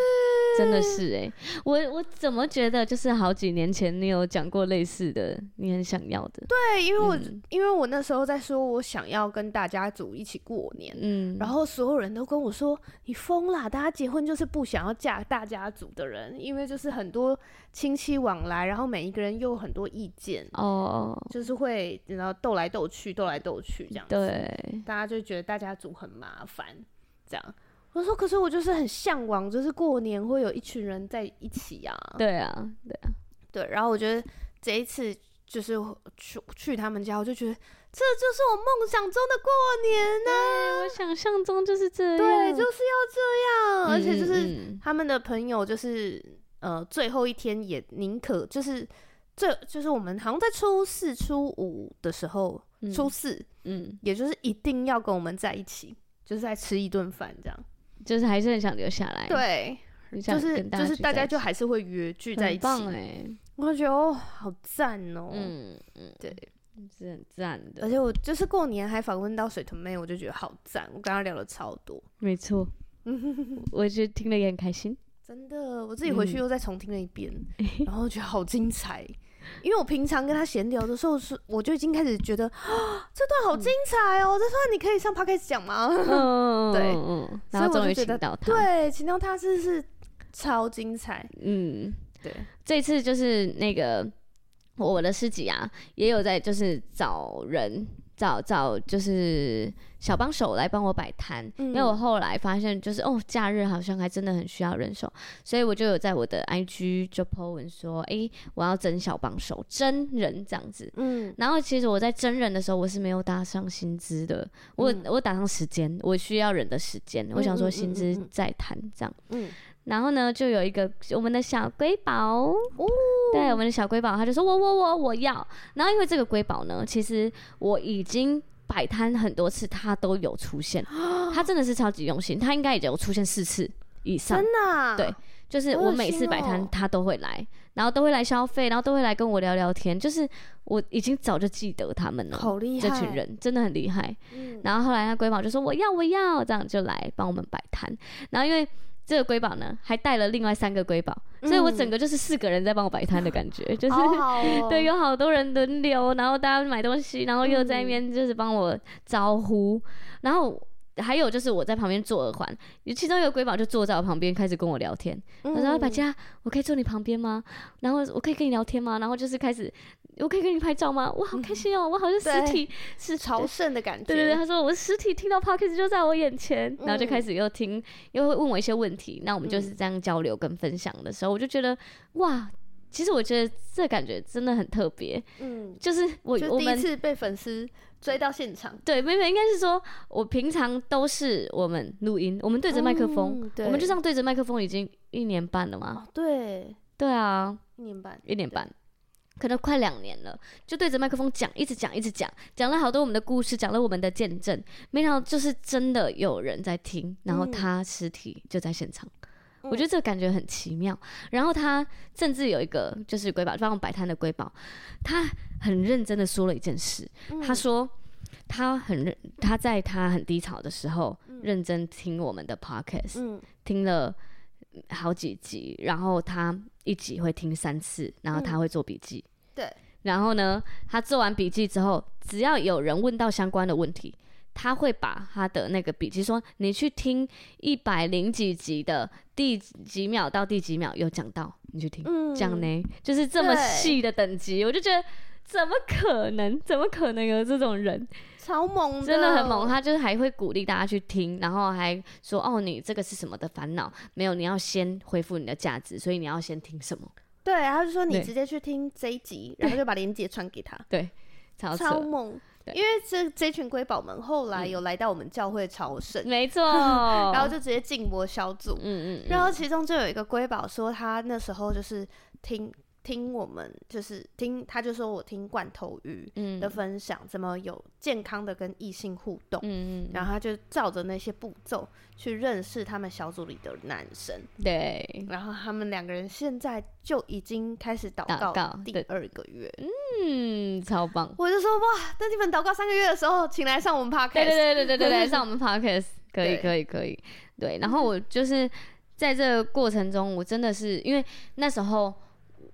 S1: 真的是哎、我我怎么觉得就是好几年前你有讲过类似的，你很想要的。
S2: 对，因为我、
S1: 嗯
S2: 因为我那时候在说，我想要跟大家族一起过年，
S1: 嗯，
S2: 然后所有人都跟我说：“你疯啦！大家结婚就是不想要嫁大家族的人，因为就是很多亲戚往来，然后每一个人又有很多意见，
S1: 哦，
S2: 就是会然后斗来斗去，斗来斗去这样子。
S1: 对，
S2: 大家就觉得大家族很麻烦，这样。”我说：“可是我就是很向往，就是过年会有一群人在一起啊。”
S1: 对啊，对啊，
S2: 对，然后我觉得这一次就是去去他们家，我就觉得这就是我梦想中的过年呢、
S1: 我想象中就是这样，
S2: 对，就是要这样，而且就是
S1: 嗯
S2: 他们的朋友，就是呃，最后一天也宁可就是最就是我们好像在初四、初五的时候，
S1: 嗯
S2: 初四
S1: 嗯
S2: 也就是一定要跟我们在一起，就是在吃一顿饭这样。
S1: 嗯就是还是很想留下来，，
S2: 对，
S1: 很想
S2: 就是
S1: 跟
S2: 就
S1: 大家
S2: 是
S1: 聚
S2: 大
S1: 在
S2: 家
S1: 一
S2: 就
S1: 起
S2: 还是会约聚在一起，
S1: 很棒哎、
S2: 我就觉得哦，好赞哦，
S1: 嗯嗯，
S2: 对。
S1: 是很赞的
S2: 而，且我就是过年还访问到水豚妹，我就觉得好赞，我跟她聊了超多，
S1: 没错，我就听了也很开心。
S2: 真的，我自己回
S1: 嗯
S2: 去又再重听了一 遍，然后觉得好精彩。因为我平常跟她闲聊的时候，是我就已经开始觉得 啊，这段好精彩哦，这段你可以上 podcast 讲 吗？
S1: 嗯，
S2: 对
S1: 嗯，嗯
S2: 所
S1: 然
S2: 以我
S1: 后终
S2: 就
S1: 于
S2: 觉
S1: 请
S2: 得
S1: 到他，，
S2: 对，请到她真的是超精彩，
S1: 嗯，
S2: 对，
S1: 这次就是那个我的师姐啊，也有在就是找人找找就是小帮手来帮我摆摊，
S2: 嗯
S1: 因为我后来发现就是哦，假日好像还真的很需要人手，所以我就有在我的 IG 就 po 文说，诶，我要真小帮手，真人这样子。
S2: 嗯
S1: 然后其实我在真人的时候，我是没有打上薪资的，我、
S2: 嗯
S1: 我打上时间，我需要人的时间，我想
S2: 嗯
S1: 说
S2: 嗯
S1: 薪
S2: 嗯
S1: 资
S2: 嗯
S1: 再谈这样。
S2: 嗯，
S1: 然后呢，就有一个我们的小瑰宝，
S2: 哦，
S1: 对，我们的小瑰宝，他就说我我我我要。然后因为这个瑰宝呢，其实我已经摆摊很多次，他都有 出现，他真的是超级用心，他应该已经有出现四次以上
S2: 真。的啊、
S1: 对就是
S2: 好
S1: 我
S2: 有
S1: 每
S2: 心
S1: 次摆摊
S2: 哦，
S1: 他都会来，然后都会来消费，然后都会来跟我聊聊天。就是我已经早就记得他们了，
S2: 好厉害，
S1: 这群人真的很厉害。
S2: 嗯，
S1: 然后后来那瑰宝就说我要我要，这样就来帮我们摆摊。然后因为这个瑰宝呢，还带了另外三个瑰宝，所以我整个就是四个人在帮我摆摊的感觉，就是、
S2: 好好嗯哦
S1: 对，有好多人轮流，然后大家买东西，然后又在那边就是帮我招呼，然后。还有就是我在旁边做耳环，其中一个瑰宝就坐在我旁边开始跟我聊天，
S2: 嗯，
S1: 我说百佳，我可以坐你旁边吗？然后我可以跟你聊天吗？然后就是开始，我可以跟你拍照吗？我好开心哦、我好像
S2: 嗯对
S1: 实体是
S2: 朝圣的感觉，
S1: 对对对，他说我实体听到 p o c k e t 就在我眼前，
S2: 嗯
S1: 然后就开始又听，又会问我一些问题，那我们就是这样交流跟分享的时候，我就觉得哇，其实我觉得这感觉真的很特别，
S2: 嗯，
S1: 就是我
S2: 就
S1: 我
S2: 第一
S1: 们。
S2: 次被粉丝追到现场，
S1: 对，没有，应该是说，我平常都是我们录音，我们对着麦克风，
S2: 嗯
S1: 我们
S2: 对
S1: 就这样对着麦克风已经一年半了嘛。
S2: 哦，对，
S1: 对啊，
S2: 一年半，
S1: 一年半，可能快两年了，就对着麦克风讲，一直讲，一直讲，讲了好多我们的故事，讲了我们的见证，没想到就是真的有人在听，然后
S2: 嗯
S1: 他实体就在现场。
S2: 嗯
S1: 我觉得这个感觉很奇妙，然后他甚至有一个就是瑰宝，帮我摆摊的瑰宝，他很认真的说了一件事，
S2: 嗯
S1: 他说他很认他在他很低潮的时候认真听我们的 podcast，、
S2: 嗯，
S1: 听了好几集，然后他一集会听三次，然后他
S2: 嗯
S1: 会做笔记。
S2: 对，
S1: 然后呢，他做完笔记之后，只要有人问到相关的问题，他会把他的那个笔记说：“你去听一百零几集的第几秒到第几秒有讲到，你去听。
S2: 嗯，
S1: 这样，呢，就是这么
S2: 对
S1: 细的等级，我就觉得怎么可能？怎么可能有这种人？
S2: 超猛的，
S1: 真的很猛，他就是还会鼓励大家去听，然后还说哦，你这个是什么的烦恼？没有，你要先恢复你的价值，所以你要先听什么？
S2: 对，他就说你
S1: 对
S2: 直接去听这一集，然后就把链接传 给他，
S1: 超扯，
S2: 超猛。
S1: 对嗯
S2: 因为这这群瑰宝们后来有来到我们教会朝圣，
S1: 没错。
S2: 然
S1: 然
S2: 后就直接进魔小组。
S1: 嗯嗯嗯，
S2: 然后其中就有一个瑰宝说，他那时候就是听听我们，就是听，他就说我听罐头鱼
S1: 嗯
S2: 的分享，怎么有健康的跟异性互动，
S1: 嗯嗯
S2: 然后他就照着那些步骤去认识他们小组里的男生，
S1: 嗯，对，
S2: 然后他们两个人现在就已经开始祷
S1: 祷告
S2: 第
S1: 对
S2: 二个月，
S1: 嗯，超棒。
S2: 我就说哇，等你们祷告三个月的时候，请来上我们 podcast。
S1: 对对对对对对对，上我们 podcast 可以
S2: 对
S1: 可以可以，对。然后我就是在这个过程中，我真的是因为那时候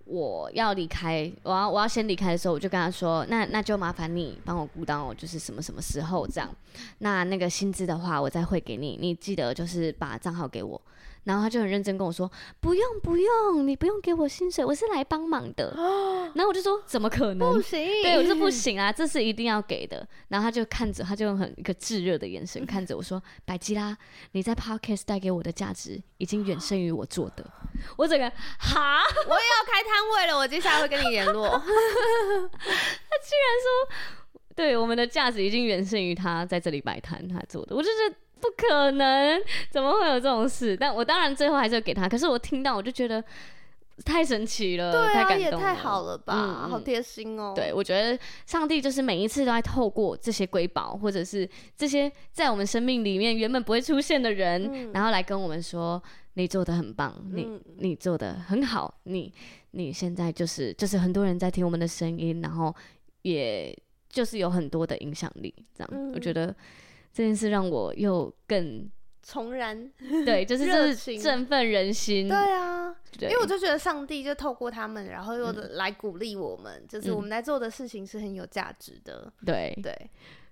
S1: 我要离开，我要我要先离开的时候，我就跟他说，那那就麻烦你帮我估到我就是什么什么时候这样。那那个薪资的话，我再汇给你，你记得就是把账号给我。然后他就很认真跟我说：“不用不用，你不用给我薪水，我是来帮忙 的。”然后我就说：“怎么可能？
S2: 不行，
S1: 对，我就说不行啊，这是一定要给的。然后他就看着，他就用很一个炙热的眼神看着我说：“百吉拉，你在 podcast 带给我的价值已经远胜于我做的。”我整个哈，
S2: 我也要开摊位了，我接下来会跟你联 络。
S1: 对，我们的价值已经远胜于他在这里摆摊他做的，我就觉得。不可能，怎么会有这种事？但我当然最后还是有给他。可是我听到，我就觉得太神奇了，
S2: 对
S1: 太
S2: 啊，
S1: 感
S2: 也
S1: 动
S2: 太
S1: 了
S2: 好了吧，
S1: 嗯嗯
S2: 好贴心哦。
S1: 对，我觉得上帝就是每一次都在透过这些瑰宝，或者是这些在我们生命里面原本不会出现的人，
S2: 嗯
S1: 然后来跟我们说：“你做的很棒，你
S2: 嗯
S1: 你做的很好，你你现在就是就是很多人在听我们的声音，然后也就是有很多的影响力。”这样，我觉
S2: 嗯
S1: 得这件事让我又更
S2: 重燃。
S1: 对，就是
S2: 热
S1: 这是
S2: 情
S1: 振奋人心。
S2: 对啊，
S1: 对，
S2: 因为我就觉得上帝就透过他们，然后又来鼓励我们，就是
S1: 嗯
S2: 我们在做的事情是很有价值的。
S1: 对
S2: 对，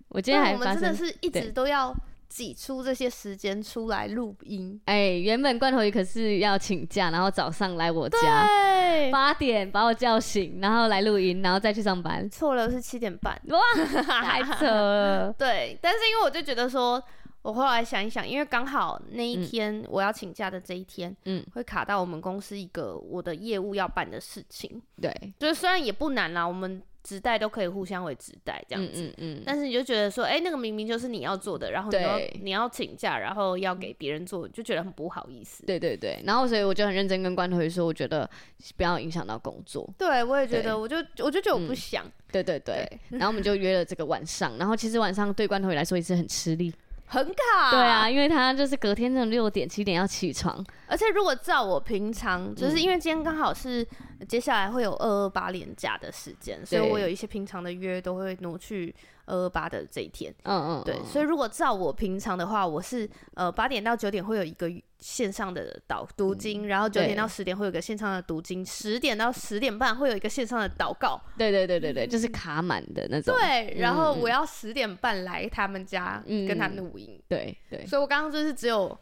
S1: 我今
S2: 因
S1: 天
S2: 为
S1: 还
S2: 我
S1: 发
S2: 们真的
S1: 生。
S2: 是一直
S1: 对
S2: 都要挤出这些时间出来录音。
S1: 哎、原本罐头鱼可是要请假，然后早上来我家，
S2: 对，。
S1: 八点把我叫醒，然后来录音，然后再去上班
S2: 错了是七点半。
S1: 哇， 太扯了！
S2: 对，但是因为我就觉得说，我后来想一想，因为刚好那一天我要请假的这一天，
S1: 嗯
S2: 嗯，会卡到我们公司一个我的业务要办的事情，
S1: 对
S2: 就是虽然也不难啦，我们直代都可以互相为直代这样
S1: 嗯
S2: 子。
S1: 嗯嗯，
S2: 但是你就觉得说，哎、那个明明就是你要做的，然后你要
S1: 对
S2: 你要请假，然后要给别人做，就觉得很不好意思。
S1: 对对对，然后所以我就很认真跟关头鱼说，我觉得不要影响到工作。
S2: 对，我也觉
S1: 对
S2: 得，我就我就觉得我不
S1: 嗯
S2: 想，
S1: 对对对，然后我们就约了这个晚上，然后其实晚上对关头鱼来说也是很吃力。
S2: 很卡。
S1: 对啊，，因为他就是隔天的六点七点要起床，
S2: 而且如果照我平常，就是
S1: 嗯
S2: 因为今天刚好是接下来会有二二八连假的时间，所以
S1: 对
S2: 我有一些平常的约都会挪去二二八的这一天。
S1: 嗯嗯，
S2: 对，
S1: 嗯
S2: 所以如果照我平常的话，我是呃八点到九点会有一个线上的导读经，然后九
S1: 嗯对
S2: 点到十点会有一个线上的读经，十点到十点半会有一个线上的祷告。
S1: 对对对对
S2: 嗯
S1: 对，就是卡满的那种。
S2: 对，然后我要十点半来他们家、
S1: 嗯
S2: 跟他录音，
S1: 对对
S2: 所以我刚刚就是只有。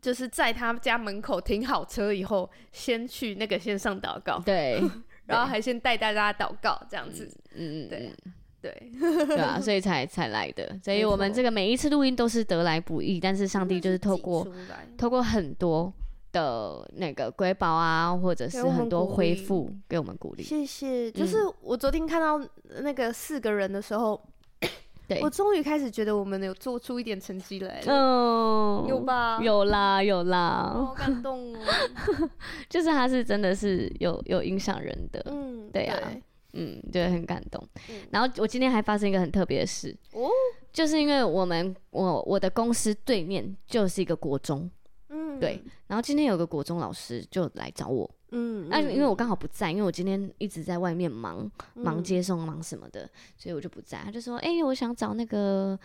S2: 就是在他家门口停好车以后，先去那个线上祷告，
S1: 对，嗯
S2: 然后还先带大家祷告这样子。
S1: 嗯嗯
S2: 对
S1: 嗯，
S2: 对，
S1: 对啊，所以才才来的。所以
S2: 没
S1: 我们
S2: 错
S1: 这个每一次录音都是得来不易，但是上帝就 是透
S2: 挤
S1: 过
S2: 出来
S1: 透过很多的那个瑰宝啊，或者
S2: 给
S1: 是
S2: 我们
S1: 很多
S2: 鼓
S1: 恢
S2: 励
S1: 复，给我们鼓励。
S2: 谢谢。就是
S1: 嗯
S2: 我昨天看到那个四个人的时候，
S1: 对
S2: 我终于开始觉得我们有做出一点成绩来了，
S1: 嗯，
S2: 有吧？
S1: 有啊啦有啦，
S2: 哦，好感动 哦。
S1: 就是他是真的是有有影响人的，
S2: 嗯，
S1: 对啊嗯，对，很感动。
S2: 嗯
S1: 然后我今天还发生一个很特别的事，
S2: 哦，
S1: 就是因为我们我我的公司对面就是一个国中，
S2: 嗯，
S1: 对，然后今天有个国中老师就来找我，
S2: 嗯，
S1: 那、
S2: 嗯
S1: 啊因为我刚好不在，因为我今天一直在外面忙忙
S2: 嗯
S1: 接送忙什么的，所以我就不在。他就说：“哎、我想找那个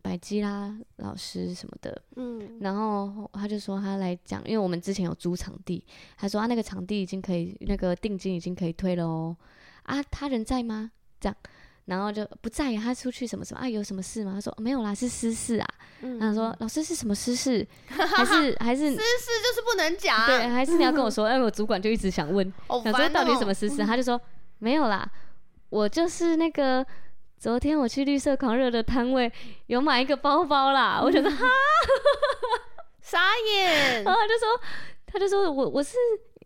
S1: 百基拉老师什么的。”
S2: 嗯
S1: 然后他就说他来讲，因为我们之前有租场地，他说啊那个场地已经可以，那个定金已经可以退了哦。啊，他人在吗？这样，然后就不在呀，他出去什么什么啊，有什么事吗？他说、哦没有啦，是私事啊。
S2: 嗯
S1: 他说老师是什么私事？还是还是
S2: 这就是不能讲，
S1: 对，，还是你 要跟我说？哎，我主管就一直想问，
S2: 好
S1: 想
S2: 烦
S1: 说
S2: 哦。
S1: 到底什么私事？他就说没有啦，我就是那个。昨天我去绿色狂热的摊位，有买一个包包啦。我觉得
S2: 嗯傻眼
S1: 然？ 后他就说，他就说我我是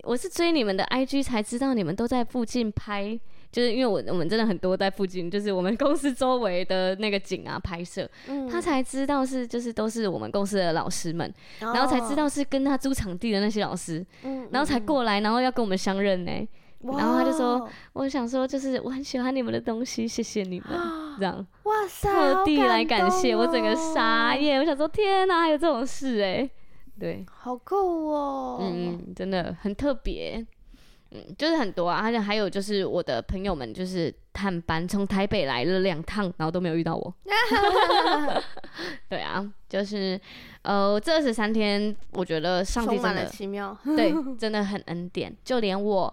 S1: 我是追你们的 IG 才知道你们都在附近拍，就是因为我我们真的很多在附近，就是我们公司周围的那个景啊拍摄，
S2: 嗯
S1: 他才知道是就是都是我们公司的老师们，然后才知，道是跟他租场地的那些老师，
S2: 哦嗯
S1: 然后才，过来，然后要跟我们相认呢、
S2: 嗯
S1: 然后他就，
S2: 哇
S1: 说我想说就是我很喜欢你们的东西，谢谢你们。这样
S2: 哇塞，
S1: 特地
S2: 啊好
S1: 来感谢
S2: 动
S1: 我，整个
S2: 哦
S1: 傻，眼。我想说，天哪，还有这种事哎、对，
S2: 好够哦，
S1: 嗯，嗯，真的很特别。嗯，就是很多啊，而且还有就是我的朋友们就是探班，从台北来了两趟，然后都没有遇到我。对啊，就是呃，这二十三天，我觉得上帝
S2: 充满
S1: 真
S2: 了
S1: 的
S2: 奇妙，
S1: 对，真的很恩典。就连我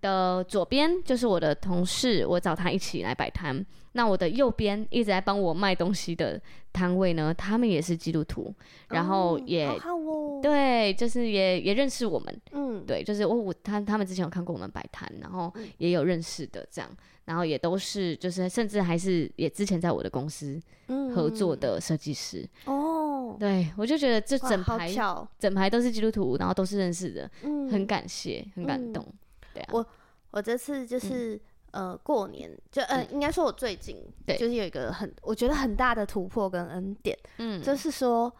S1: 的左边就是我的同事，我找他一起来摆摊。那我的右边一直在帮我卖东西的摊位呢，他们也是基督徒，然后
S2: 哦
S1: 也、
S2: 好好哦，
S1: 对，就是也也认识我们。
S2: 嗯，
S1: 对，就是我我他他们之前有看过我们摆摊，然后也有认识的这样，然后也都是就是甚至还是也之前在我的公司
S2: 嗯
S1: 合作的设计师，
S2: 哦，
S1: 对我就觉得这
S2: 哇
S1: 整
S2: 好
S1: 排
S2: 巧，
S1: 整排都是基督徒，然后都是认识的，
S2: 嗯，
S1: 很感谢，很感
S2: 嗯
S1: 动，对啊，
S2: 我我这次
S1: 嗯
S2: 就是、呃过年，就呃、应该说我最近
S1: 对
S2: 就是有一个很我觉得很大的突破跟恩典，
S1: 嗯，
S2: 就是说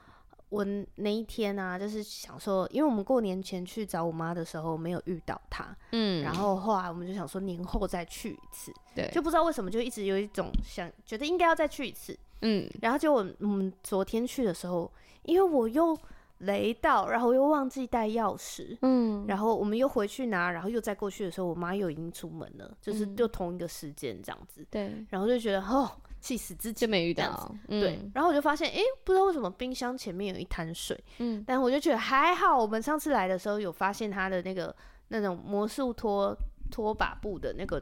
S2: 我那一天啊，就是想说，因为我们过年前去找我妈的时候没有遇到她，
S1: 嗯，
S2: 然后后来我们就想说年后再去一次，
S1: 对，
S2: 就不知道为什么就一直有一种想觉得应该要再去一次，
S1: 嗯
S2: 然后就我我们昨天去的时候，因为我又雷到，然后又忘记带钥匙，
S1: 嗯，
S2: 然后我们又回去拿，然后又再过去的时候，我妈又已经出门了，就是
S1: 嗯
S2: 又同一个时间这样子，
S1: 对，
S2: 然后就觉得哦，气死自己
S1: 就。没遇
S2: 这样子
S1: 到，
S2: 对
S1: 嗯，
S2: 然后我就发现，诶，不知道为什么冰箱前面有一滩水，
S1: 嗯，
S2: 但我就觉得还好，我们上次来的时候有发现它的那个那种魔术拖拖把布的那个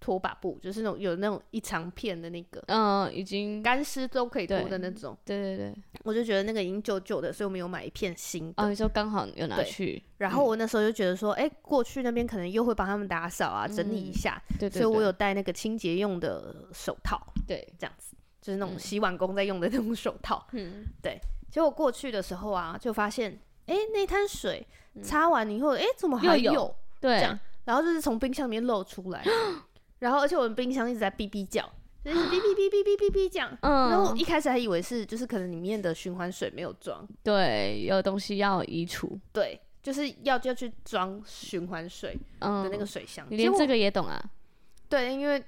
S2: 拖把布，就是那种有那种一长片的那个
S1: 嗯，已经，
S2: 干湿都可以拖
S1: 对
S2: 的那种，
S1: 对对对，
S2: 我就觉得那个已经旧旧的，所以我们有买一片新的。
S1: 哦，你说刚好有拿
S2: 对
S1: 去，
S2: 然后我那时候就觉得说，诶，过去那边可能又会帮他们打扫
S1: 嗯
S2: 啊，整理一下，
S1: 对对，
S2: 所以我
S1: 对
S2: 有戴那个清洁用的手套，
S1: 对，
S2: 这样子，就是那种洗碗工在用的那种手套。
S1: 嗯，
S2: 结果过去的时候啊，就发现，哎、那滩水擦完以后，哎、怎么还
S1: 嗯又有
S2: 有
S1: 对
S2: 这，样然后就是从冰箱里面漏出来，然后而且我们冰箱一直在哔哔叫，就是 哔哔哔哔哔哔哔讲。
S1: 嗯，
S2: 然后我一开始还以为是就是可能里面的循环水没有装，
S1: 对，有东西要移除。
S2: 对，就是要要去装循环水的
S1: 嗯，
S2: 那个水箱。
S1: 你
S2: 结
S1: 连
S2: 果
S1: 这个也懂啊？
S2: 对，因为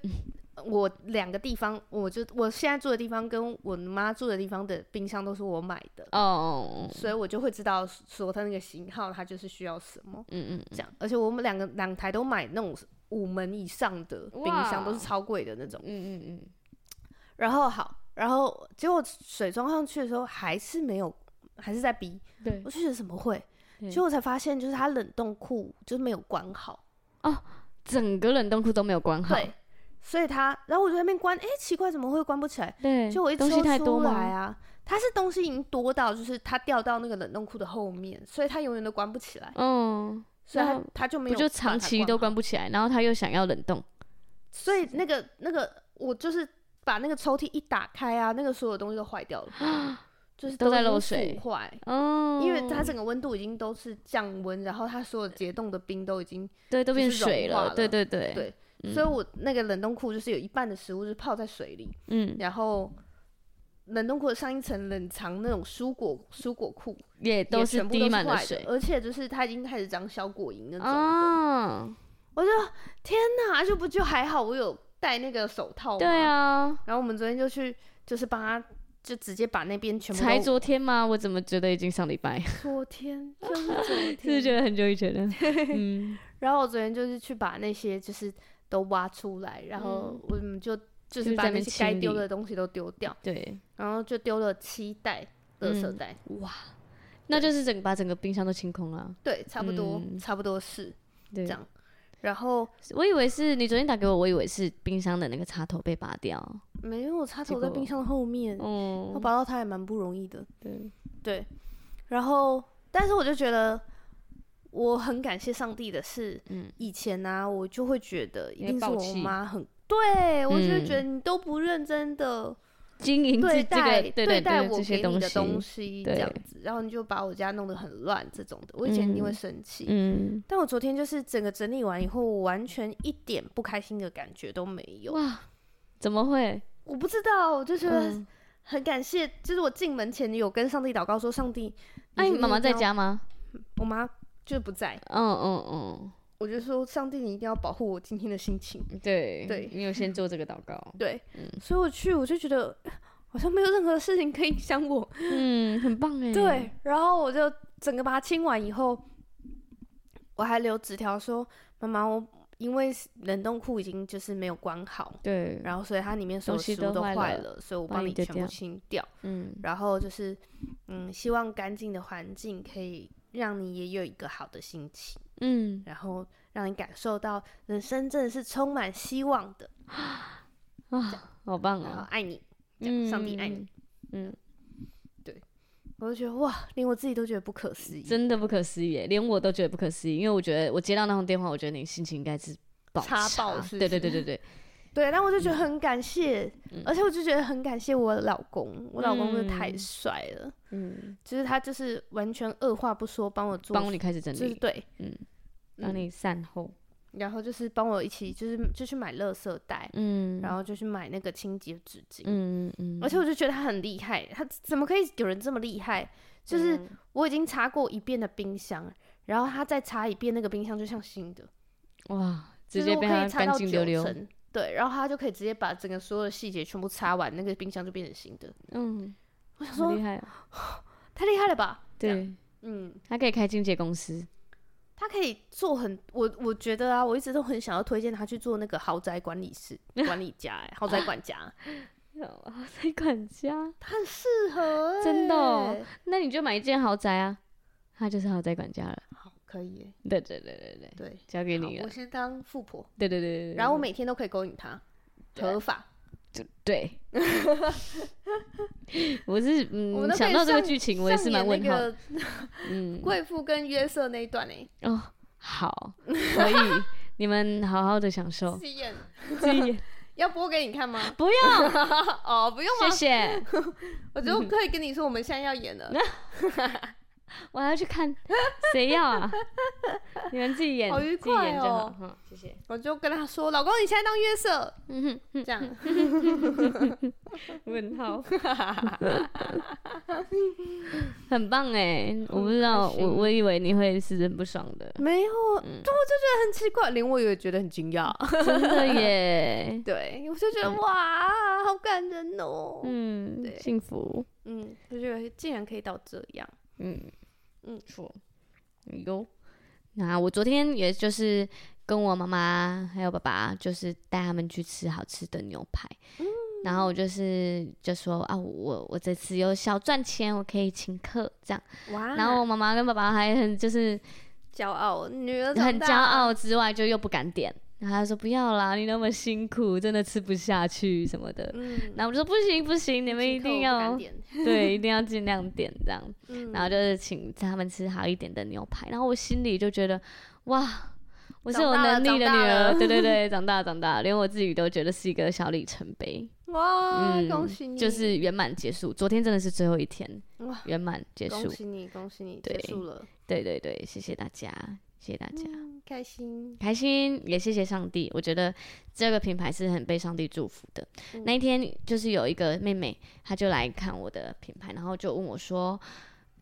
S2: 我两个地方，我就我现在住的地方跟我妈住的地方的冰箱都是我买的，
S1: 哦，
S2: 所以我就会知道说它那个型号，它就是需要什么
S1: 嗯嗯，
S2: 这样。而且我们两个两台都买那种五门以上的冰箱，
S1: 哇
S2: 都是超贵的那种。
S1: 嗯嗯嗯，
S2: 然后好，然后结果水装上去的时候还是没有，还是在逼，
S1: 对
S2: 我就觉得怎么会？
S1: 对
S2: 结果我才发现，就是它冷冻库就是没有关好，
S1: 整个冷冻库都没有关好。
S2: 对，所以它，然后我就在那边关，哎、奇怪，怎么会关不起来？
S1: 对，
S2: 就我一
S1: 东西
S2: 抽
S1: 太
S2: 出
S1: 多
S2: 来
S1: 吗？
S2: 啊，它是东西已经多到，就是它掉到那个冷冻库的后面，所以它永远都关不起来，
S1: 嗯，
S2: 所以它
S1: 那
S2: 它就没
S1: 不
S2: 有把
S1: 就
S2: 它
S1: 长期都
S2: 关
S1: 关不起来，然后他又想要冷冻。
S2: 好，所以那个那个我就是把那个抽屉一打开啊，那个所有东西都坏掉了，就是
S1: 啊都在
S2: 已经
S1: 漏
S2: 腐
S1: 水
S2: 坏。
S1: 哦，
S2: 因为它整个温度已经都是降温，然后它所有解冻的冰都已经，
S1: 对都
S2: 就
S1: 变
S2: 是融
S1: 水
S2: 化
S1: 了，对
S2: 了
S1: 对对嗯
S2: 对所以我那个冷冻库就是有一半的食物就是泡在水里，
S1: 嗯，
S2: 然后冷冻库的上一层冷藏那种蔬果蔬果库，
S1: 也
S2: 也
S1: 都是
S2: 全部
S1: 滴满
S2: 坏
S1: 了
S2: 的
S1: 水。嗯
S2: 而且就是它已经开始长小果蝇那种的。
S1: 哦，
S2: 我就天哪，啊就不就还好，我有戴那个手套嘛。
S1: 对。啊，
S2: 然后我们昨天就去，就是帮他，就直接把那边全部
S1: 才
S2: 都。
S1: 昨天吗？我怎么觉得已经上礼拜？
S2: 昨天就是昨
S1: 是不是
S2: 天。
S1: 觉得很久以前了？ 嗯，
S2: 然后我昨天就是去把那些就是都挖出来，然后我们就就
S1: 嗯就是是
S2: 把
S1: 在那
S2: 那
S1: 边
S2: 些该
S1: 清
S2: 丢
S1: 理嗯
S2: 的东西都丢掉，
S1: 对，
S2: 然后就丢了七袋
S1: 嗯
S2: 垃圾袋，
S1: 那就是整把整个冰箱都清空了。
S2: 对，差不多、
S1: 嗯
S2: 差不多是
S1: 对
S2: 这，样。然后
S1: 我以为是你昨天打给我，我以为是冰箱的那个插头被拔掉。
S2: 没有插
S1: 结
S2: 头在
S1: 果
S2: 冰箱后面，要
S1: 哦，
S2: 拔到它也蛮不容易的。
S1: 对，
S2: 对，然后但是我就觉得我很感谢上帝的是，
S1: 嗯
S2: 以前呢、我就会觉得一
S1: 你会
S2: 定是
S1: 暴
S2: 我
S1: 气
S2: 妈很对，我就会觉
S1: 嗯
S2: 得你都不认真的
S1: 经营这
S2: 对
S1: 这
S2: 待、
S1: 个
S2: 对
S1: 对
S2: 待
S1: 对
S2: 我
S1: 这
S2: 给
S1: 些
S2: 你
S1: 东
S2: 的东
S1: 西，
S2: 西这
S1: 对
S2: 样子，然后你就把我家弄得很乱这种的，我以前一定会
S1: 嗯
S2: 生气。
S1: 嗯，
S2: 但我昨天就是整个整理完以后，我完全一点不开心的感觉都没有。
S1: 哇，怎么会？
S2: 我不知道，我就觉得
S1: 嗯，
S2: 很感谢，就是我进门前有跟上帝祷告说：“上帝，
S1: 那
S2: 一
S1: 啊你
S2: 定
S1: 哎妈妈
S2: 要
S1: 在
S2: 让
S1: 家吗？
S2: 我妈就是不在，
S1: 嗯嗯
S2: 我就说上帝，你一定要保护我今天的心情。
S1: 嗯，对
S2: 对，
S1: 你有先做这个祷告
S2: 对，
S1: 嗯
S2: 所以我去，我就觉得好像没有任何事情可以影响我。
S1: 嗯，很棒哎，
S2: 对，然后我就整个把它清完以后，我还留纸条说，妈妈，我因为冷冻库已经就是没有关好。
S1: 对，
S2: 然后，所以它里面所有
S1: 嗯东西
S2: 食物
S1: 都
S2: 都
S1: 坏
S2: 坏
S1: 了
S2: 了，所以我
S1: 帮
S2: 帮
S1: 你
S2: 你
S1: 丢
S2: 全部
S1: 掉
S2: 清掉。
S1: 嗯
S2: 然后就是，嗯，希望干净的环境可以让你也有一个好的心情。
S1: 嗯，
S2: 然后让你感受到人生真的是充满希望的，
S1: 啊好棒
S2: 然后
S1: 啊，
S2: 爱你，这样
S1: 嗯，
S2: 上帝爱你，
S1: 嗯，
S2: 我就觉得哇，连我自己都觉得不可思议。
S1: 真的不可思议耶，连我都觉得不可思议，因为我觉得我接到那通电话，我觉得你心情应该是爆
S2: 差爆是不
S1: 对对
S2: 是
S1: 对对 对，
S2: 对，但我就觉得很感谢，
S1: 嗯
S2: 而且我就觉得很感谢我老公，我老公真的太
S1: 嗯
S2: 帅了，
S1: 嗯，
S2: 就是他就是完全二话不说帮我做，
S1: 帮你开始整
S2: 就是
S1: 理，
S2: 对，
S1: 嗯，帮你善后，
S2: 然后就是帮我一起就是就去买垃圾袋，
S1: 嗯，
S2: 然后就去买那个清洁纸巾，
S1: 嗯嗯，
S2: 而且我就觉得他很厉害，他怎么可以有人这么厉害？就是
S1: 嗯
S2: 我已经查过一遍的冰箱，然后他再查一遍那个冰箱就像新的，
S1: 哇，
S2: 就
S1: 直
S2: 是
S1: 接
S2: 我可
S1: 被
S2: 以
S1: 他
S2: 查
S1: 干
S2: 到
S1: 净
S2: 九
S1: 溜溜，
S2: 成，对，然后他就可以直接把整个所有的细节全部查完，那个冰箱就变成新的。
S1: 嗯，
S2: 我想
S1: 好
S2: 说
S1: 厉害啊，
S2: 太厉害了吧？这样，
S1: 对，
S2: 嗯，
S1: 他可以开清洁 公司，
S2: 他可以做很，我我觉得啊，我一直都很想要推荐他去做那个豪宅管理 师、管理家、欸，豪宅管家，
S1: 豪宅管家，
S2: 他很适合欸、
S1: 真的哦那你就买一间豪宅啊，他就是豪宅管家了。
S2: 好，可以欸、
S1: 对对对对对，
S2: 对。
S1: 交给
S2: 好
S1: 你
S2: 我
S1: 了。
S2: 先当富婆，
S1: 对对对对对，啊
S2: 然后我每天都可以勾引他，
S1: 对啊
S2: 合法。
S1: 对，我是
S2: 我们都
S1: 嗯
S2: 可以
S1: 想到这个
S2: 上
S1: 剧情，我也是
S2: 上演
S1: 蛮问号
S2: 那
S1: 的。
S2: 个
S1: 嗯，
S2: 贵妇跟约瑟那一段欸呢，
S1: 哦， 好，可以，你们好好的享受。
S2: 戏演
S1: 自己 演
S2: 要播给你看 吗？
S1: 不用，
S2: 哦，不用
S1: 谢嗯
S2: 吗？我
S1: 谢，
S2: 就可以跟你说，我们现在要演了。
S1: 我还要去看，谁要啊？你们自己演，
S2: 好愉
S1: 自己演
S2: 快
S1: 就好
S2: 哦。
S1: 嗯，谢谢。
S2: 我就跟他说：“老公，你现在当约瑟。”
S1: 嗯哼，
S2: 这样，
S1: 问 号，很棒哎！我不知道，
S2: 好开心，
S1: 我我以为你会是人不爽的
S2: 没有，对，我就觉得很奇怪，连我也觉得很惊讶。
S1: 真的耶。
S2: 对，我就觉得哇，好感人哦。
S1: 嗯
S2: 对，
S1: 幸福，
S2: 嗯，就觉得竟然可以到这样。
S1: 嗯
S2: 嗯，
S1: 错，有。那我昨天也就是跟我妈妈还有爸爸，就是带他们去吃好吃的牛排，
S2: 嗯
S1: 然后我就是就说啊，我我这次有小赚钱，我可以请客这样。
S2: 哇，
S1: 然后我妈妈跟爸爸还很就是
S2: 骄傲，女儿
S1: 很
S2: 长
S1: 骄
S2: 大
S1: 傲之外，就又不敢点。然后他就说不要啦，你那么辛苦，真的吃不下去什么的。
S2: 嗯，
S1: 然后我就说不行不行，你
S2: 你
S1: 们一定要对，一定要尽量点这样。
S2: 嗯，
S1: 然后就是请他们吃好一点的牛排。然后我心里就觉得哇，我是
S2: 长
S1: 有
S2: 大了
S1: 能力的
S2: 长
S1: 女
S2: 大
S1: 儿，
S2: 了
S1: 对 对对，长大长大，连我自己都觉得是一个小里程碑，
S2: 哇，
S1: 嗯
S2: 啊恭喜你，
S1: 就是圆满结束。昨天真的是最后一天
S2: 哇，
S1: 圆满结束
S2: 恭。喜你，恭喜你，
S1: 对
S2: 结束了，
S1: 对对对，谢谢大家，谢谢大家。
S2: 嗯开心，
S1: 开心，也谢谢上帝。我觉得这个品牌是很被上帝祝福的。
S2: 嗯
S1: 那一天就是有一个妹妹，她就来看我的品牌，然后就问我说：“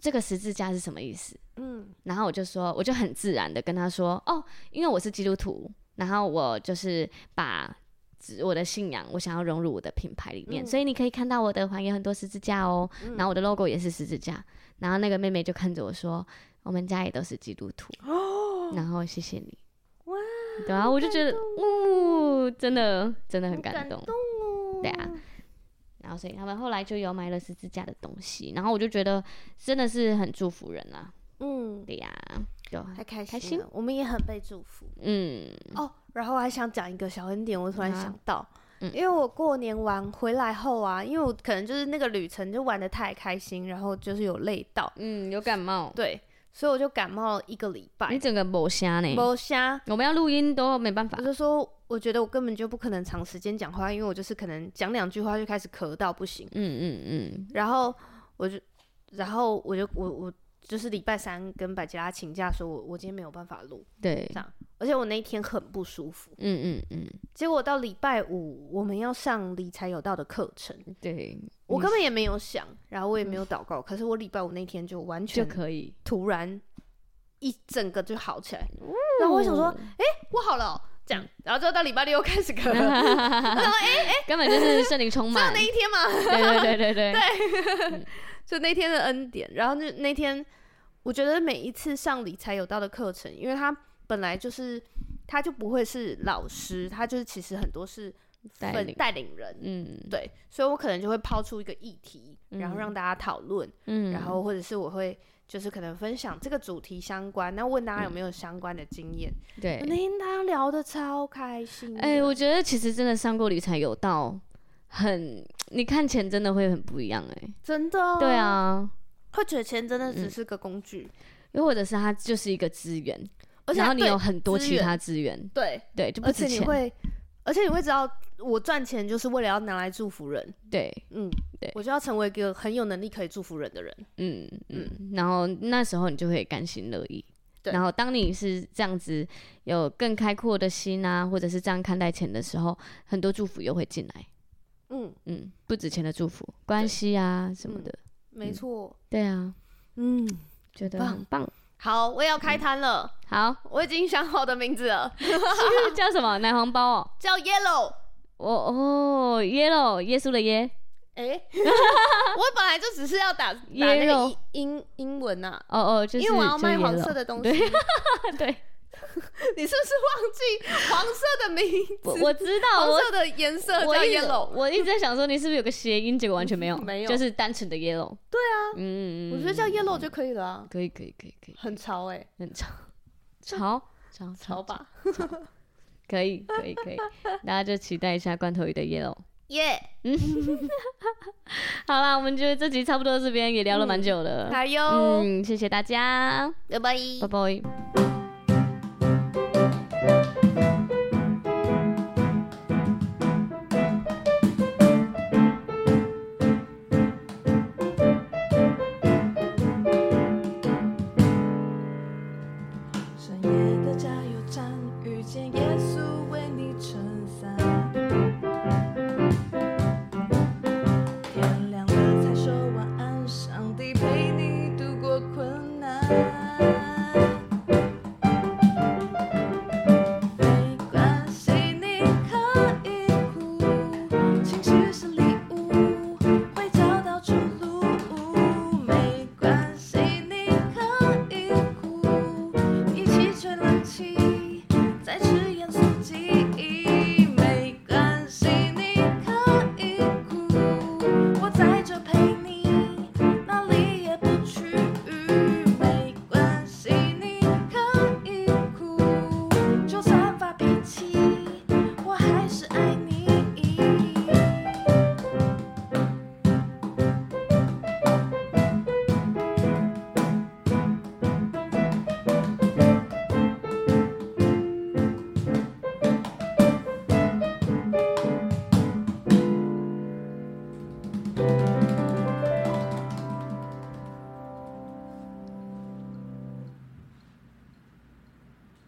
S1: 这个十字架是什么意思
S2: 嗯？”
S1: 然后我就说，我就很自然的跟她说：“哦，因为我是基督徒，然后我就是把只我的信仰，我想要融入我的品牌里面，
S2: 嗯
S1: 所以你可以看到我的环有很多十字架哦，
S2: 嗯
S1: 然后我的 logo 也是十字架。”然后那个妹妹就看着我说：“我们家也都是基督徒。”
S2: 哦，
S1: 然后谢谢你。
S2: 哇，
S1: 对啊，我就觉得，呜、真的真的很
S2: 好
S1: 感
S2: 感
S1: 动。
S2: 哦，
S1: 对啊，然后所以他们后来就有买了十字架的东西，然后我就觉得真的是很祝福人啊。
S2: 嗯，
S1: 对呀、就
S2: 太开
S1: 开
S2: 心了，我们也很被祝福
S1: 嗯
S2: 哦。然后我还想讲一个小恩典，我突然
S1: 啊
S2: 想到。
S1: 嗯
S2: 因为我过年玩回来后啊，因为我可能就是那个旅程就玩的太开心，然后就是有累到，
S1: 嗯，有感冒，
S2: 对，所以我就感冒了一个礼
S1: 你
S2: 拜，
S1: 整个某虾呢？
S2: 没瞎，
S1: 我们要录音都嗯没办法
S2: 我。就说，我觉得我根本就不可能长时间讲话，因为我就是可能讲两句话就开始咳到不行。
S1: 嗯嗯
S2: 然后我就，然后我就我我就是礼拜三跟百吉拉请假，说我我今天没有办法录，
S1: 嗯，对
S2: 这，样而且我那一天很不舒服。
S1: 嗯嗯嗯，
S2: 结果到礼拜五我们要上理财有道的课程，
S1: 嗯对，
S2: 我
S1: 你
S2: 根本也没有想，然后我也没有祷告，可是我礼拜五那天就完
S1: 嗯就
S2: 全
S1: 可以。
S2: 突然一整个就好起来，
S1: 哦
S2: 然后我想说 我好了哦、这
S1: 嗯
S2: 样，然后就到礼拜六开始咳，就
S1: 根本就是圣灵充满
S2: 那，一天嘛。
S1: 对对对对对，
S2: 就那天的恩典。然后那那天，我觉得每一次上理财有道的课程，因为他本来就是他就不会是老师，他就是其实很多是
S1: 带
S2: 分
S1: 领
S2: 带领人。
S1: 嗯
S2: 对，所以我可能就会抛出一个议题，然后
S1: 嗯
S2: 让大家讨论，
S1: 嗯，
S2: 然后或者是我会就是可能分享这个主题相关，那问大家有没有相关的经验。
S1: 嗯对，
S2: 那天大家聊的超开心的，
S1: 哎、我觉得其实真的上过理财有道，很你看钱真的会很不一样哎、
S2: 真的、
S1: 对，
S2: 哦
S1: 啊，嗯
S2: 会觉得钱真的只是个工具，
S1: 又或者是它就是一个资源，
S2: 而且
S1: 然后你
S2: 对
S1: 有很多
S2: 资
S1: 其
S2: 源
S1: 他资源，
S2: 对
S1: 对，就不
S2: 而且
S1: 值
S2: 你
S1: 钱。
S2: 会，而且你会知道，我赚钱就是为了要拿来祝福人。
S1: 对，
S2: 嗯，
S1: 对
S2: 我就要成为一个很有能力可以祝福人的人。
S1: 嗯嗯，然后那时候你就会甘心乐意。
S2: 对
S1: 然后当你是这样子有更开阔的心啊，或者是这样看待钱的时候，很多祝福又会进来。
S2: 嗯，
S1: 嗯，不止钱的祝福，关系啊什么
S2: 嗯
S1: 的。
S2: 没错。
S1: 对啊，
S2: 嗯，
S1: 觉得
S2: 棒
S1: 很棒。
S2: 好，我也要开摊了，
S1: 好，
S2: 我已经想好的名字了，
S1: 这叫什么？奶黄包哦。
S2: 叫 Yellow。
S1: 哦哦，耶喽，耶稣的耶，
S2: 哎、 我本来就只是要打打那个
S1: Yellow
S2: 英英英文呐、啊。
S1: 哦哦，就是
S2: 因为我要卖黄色
S1: 的，
S2: 的东西，
S1: 对
S2: 你是
S1: 对，
S2: 不是忘记黄色的 名
S1: 我
S2: 字？
S1: 我知道，
S2: 黄
S1: 我
S2: 色的颜色
S1: 哦 我
S2: 叫
S1: 一直
S2: yellow，
S1: 我一直在想说你是不是有个谐音，结果完全没有，
S2: 没有
S1: 就是单纯的 yellow。对啊，嗯嗯嗯，
S2: 我觉得叫 yellow 就可以了啊，
S1: 可以可以可以可以，
S2: 很潮哎、
S1: 很潮潮潮
S2: 潮，吧？
S1: 可以可以可以，大家就期待一下罐头鱼的 yellow。
S2: 耶、
S1: 好啦，我们觉得这集差不多到这边也聊了蛮久的，
S2: 嗯好哟，
S1: 嗯，谢谢大家，
S2: 拜拜。
S1: 拜拜。
S3: 深夜的拜。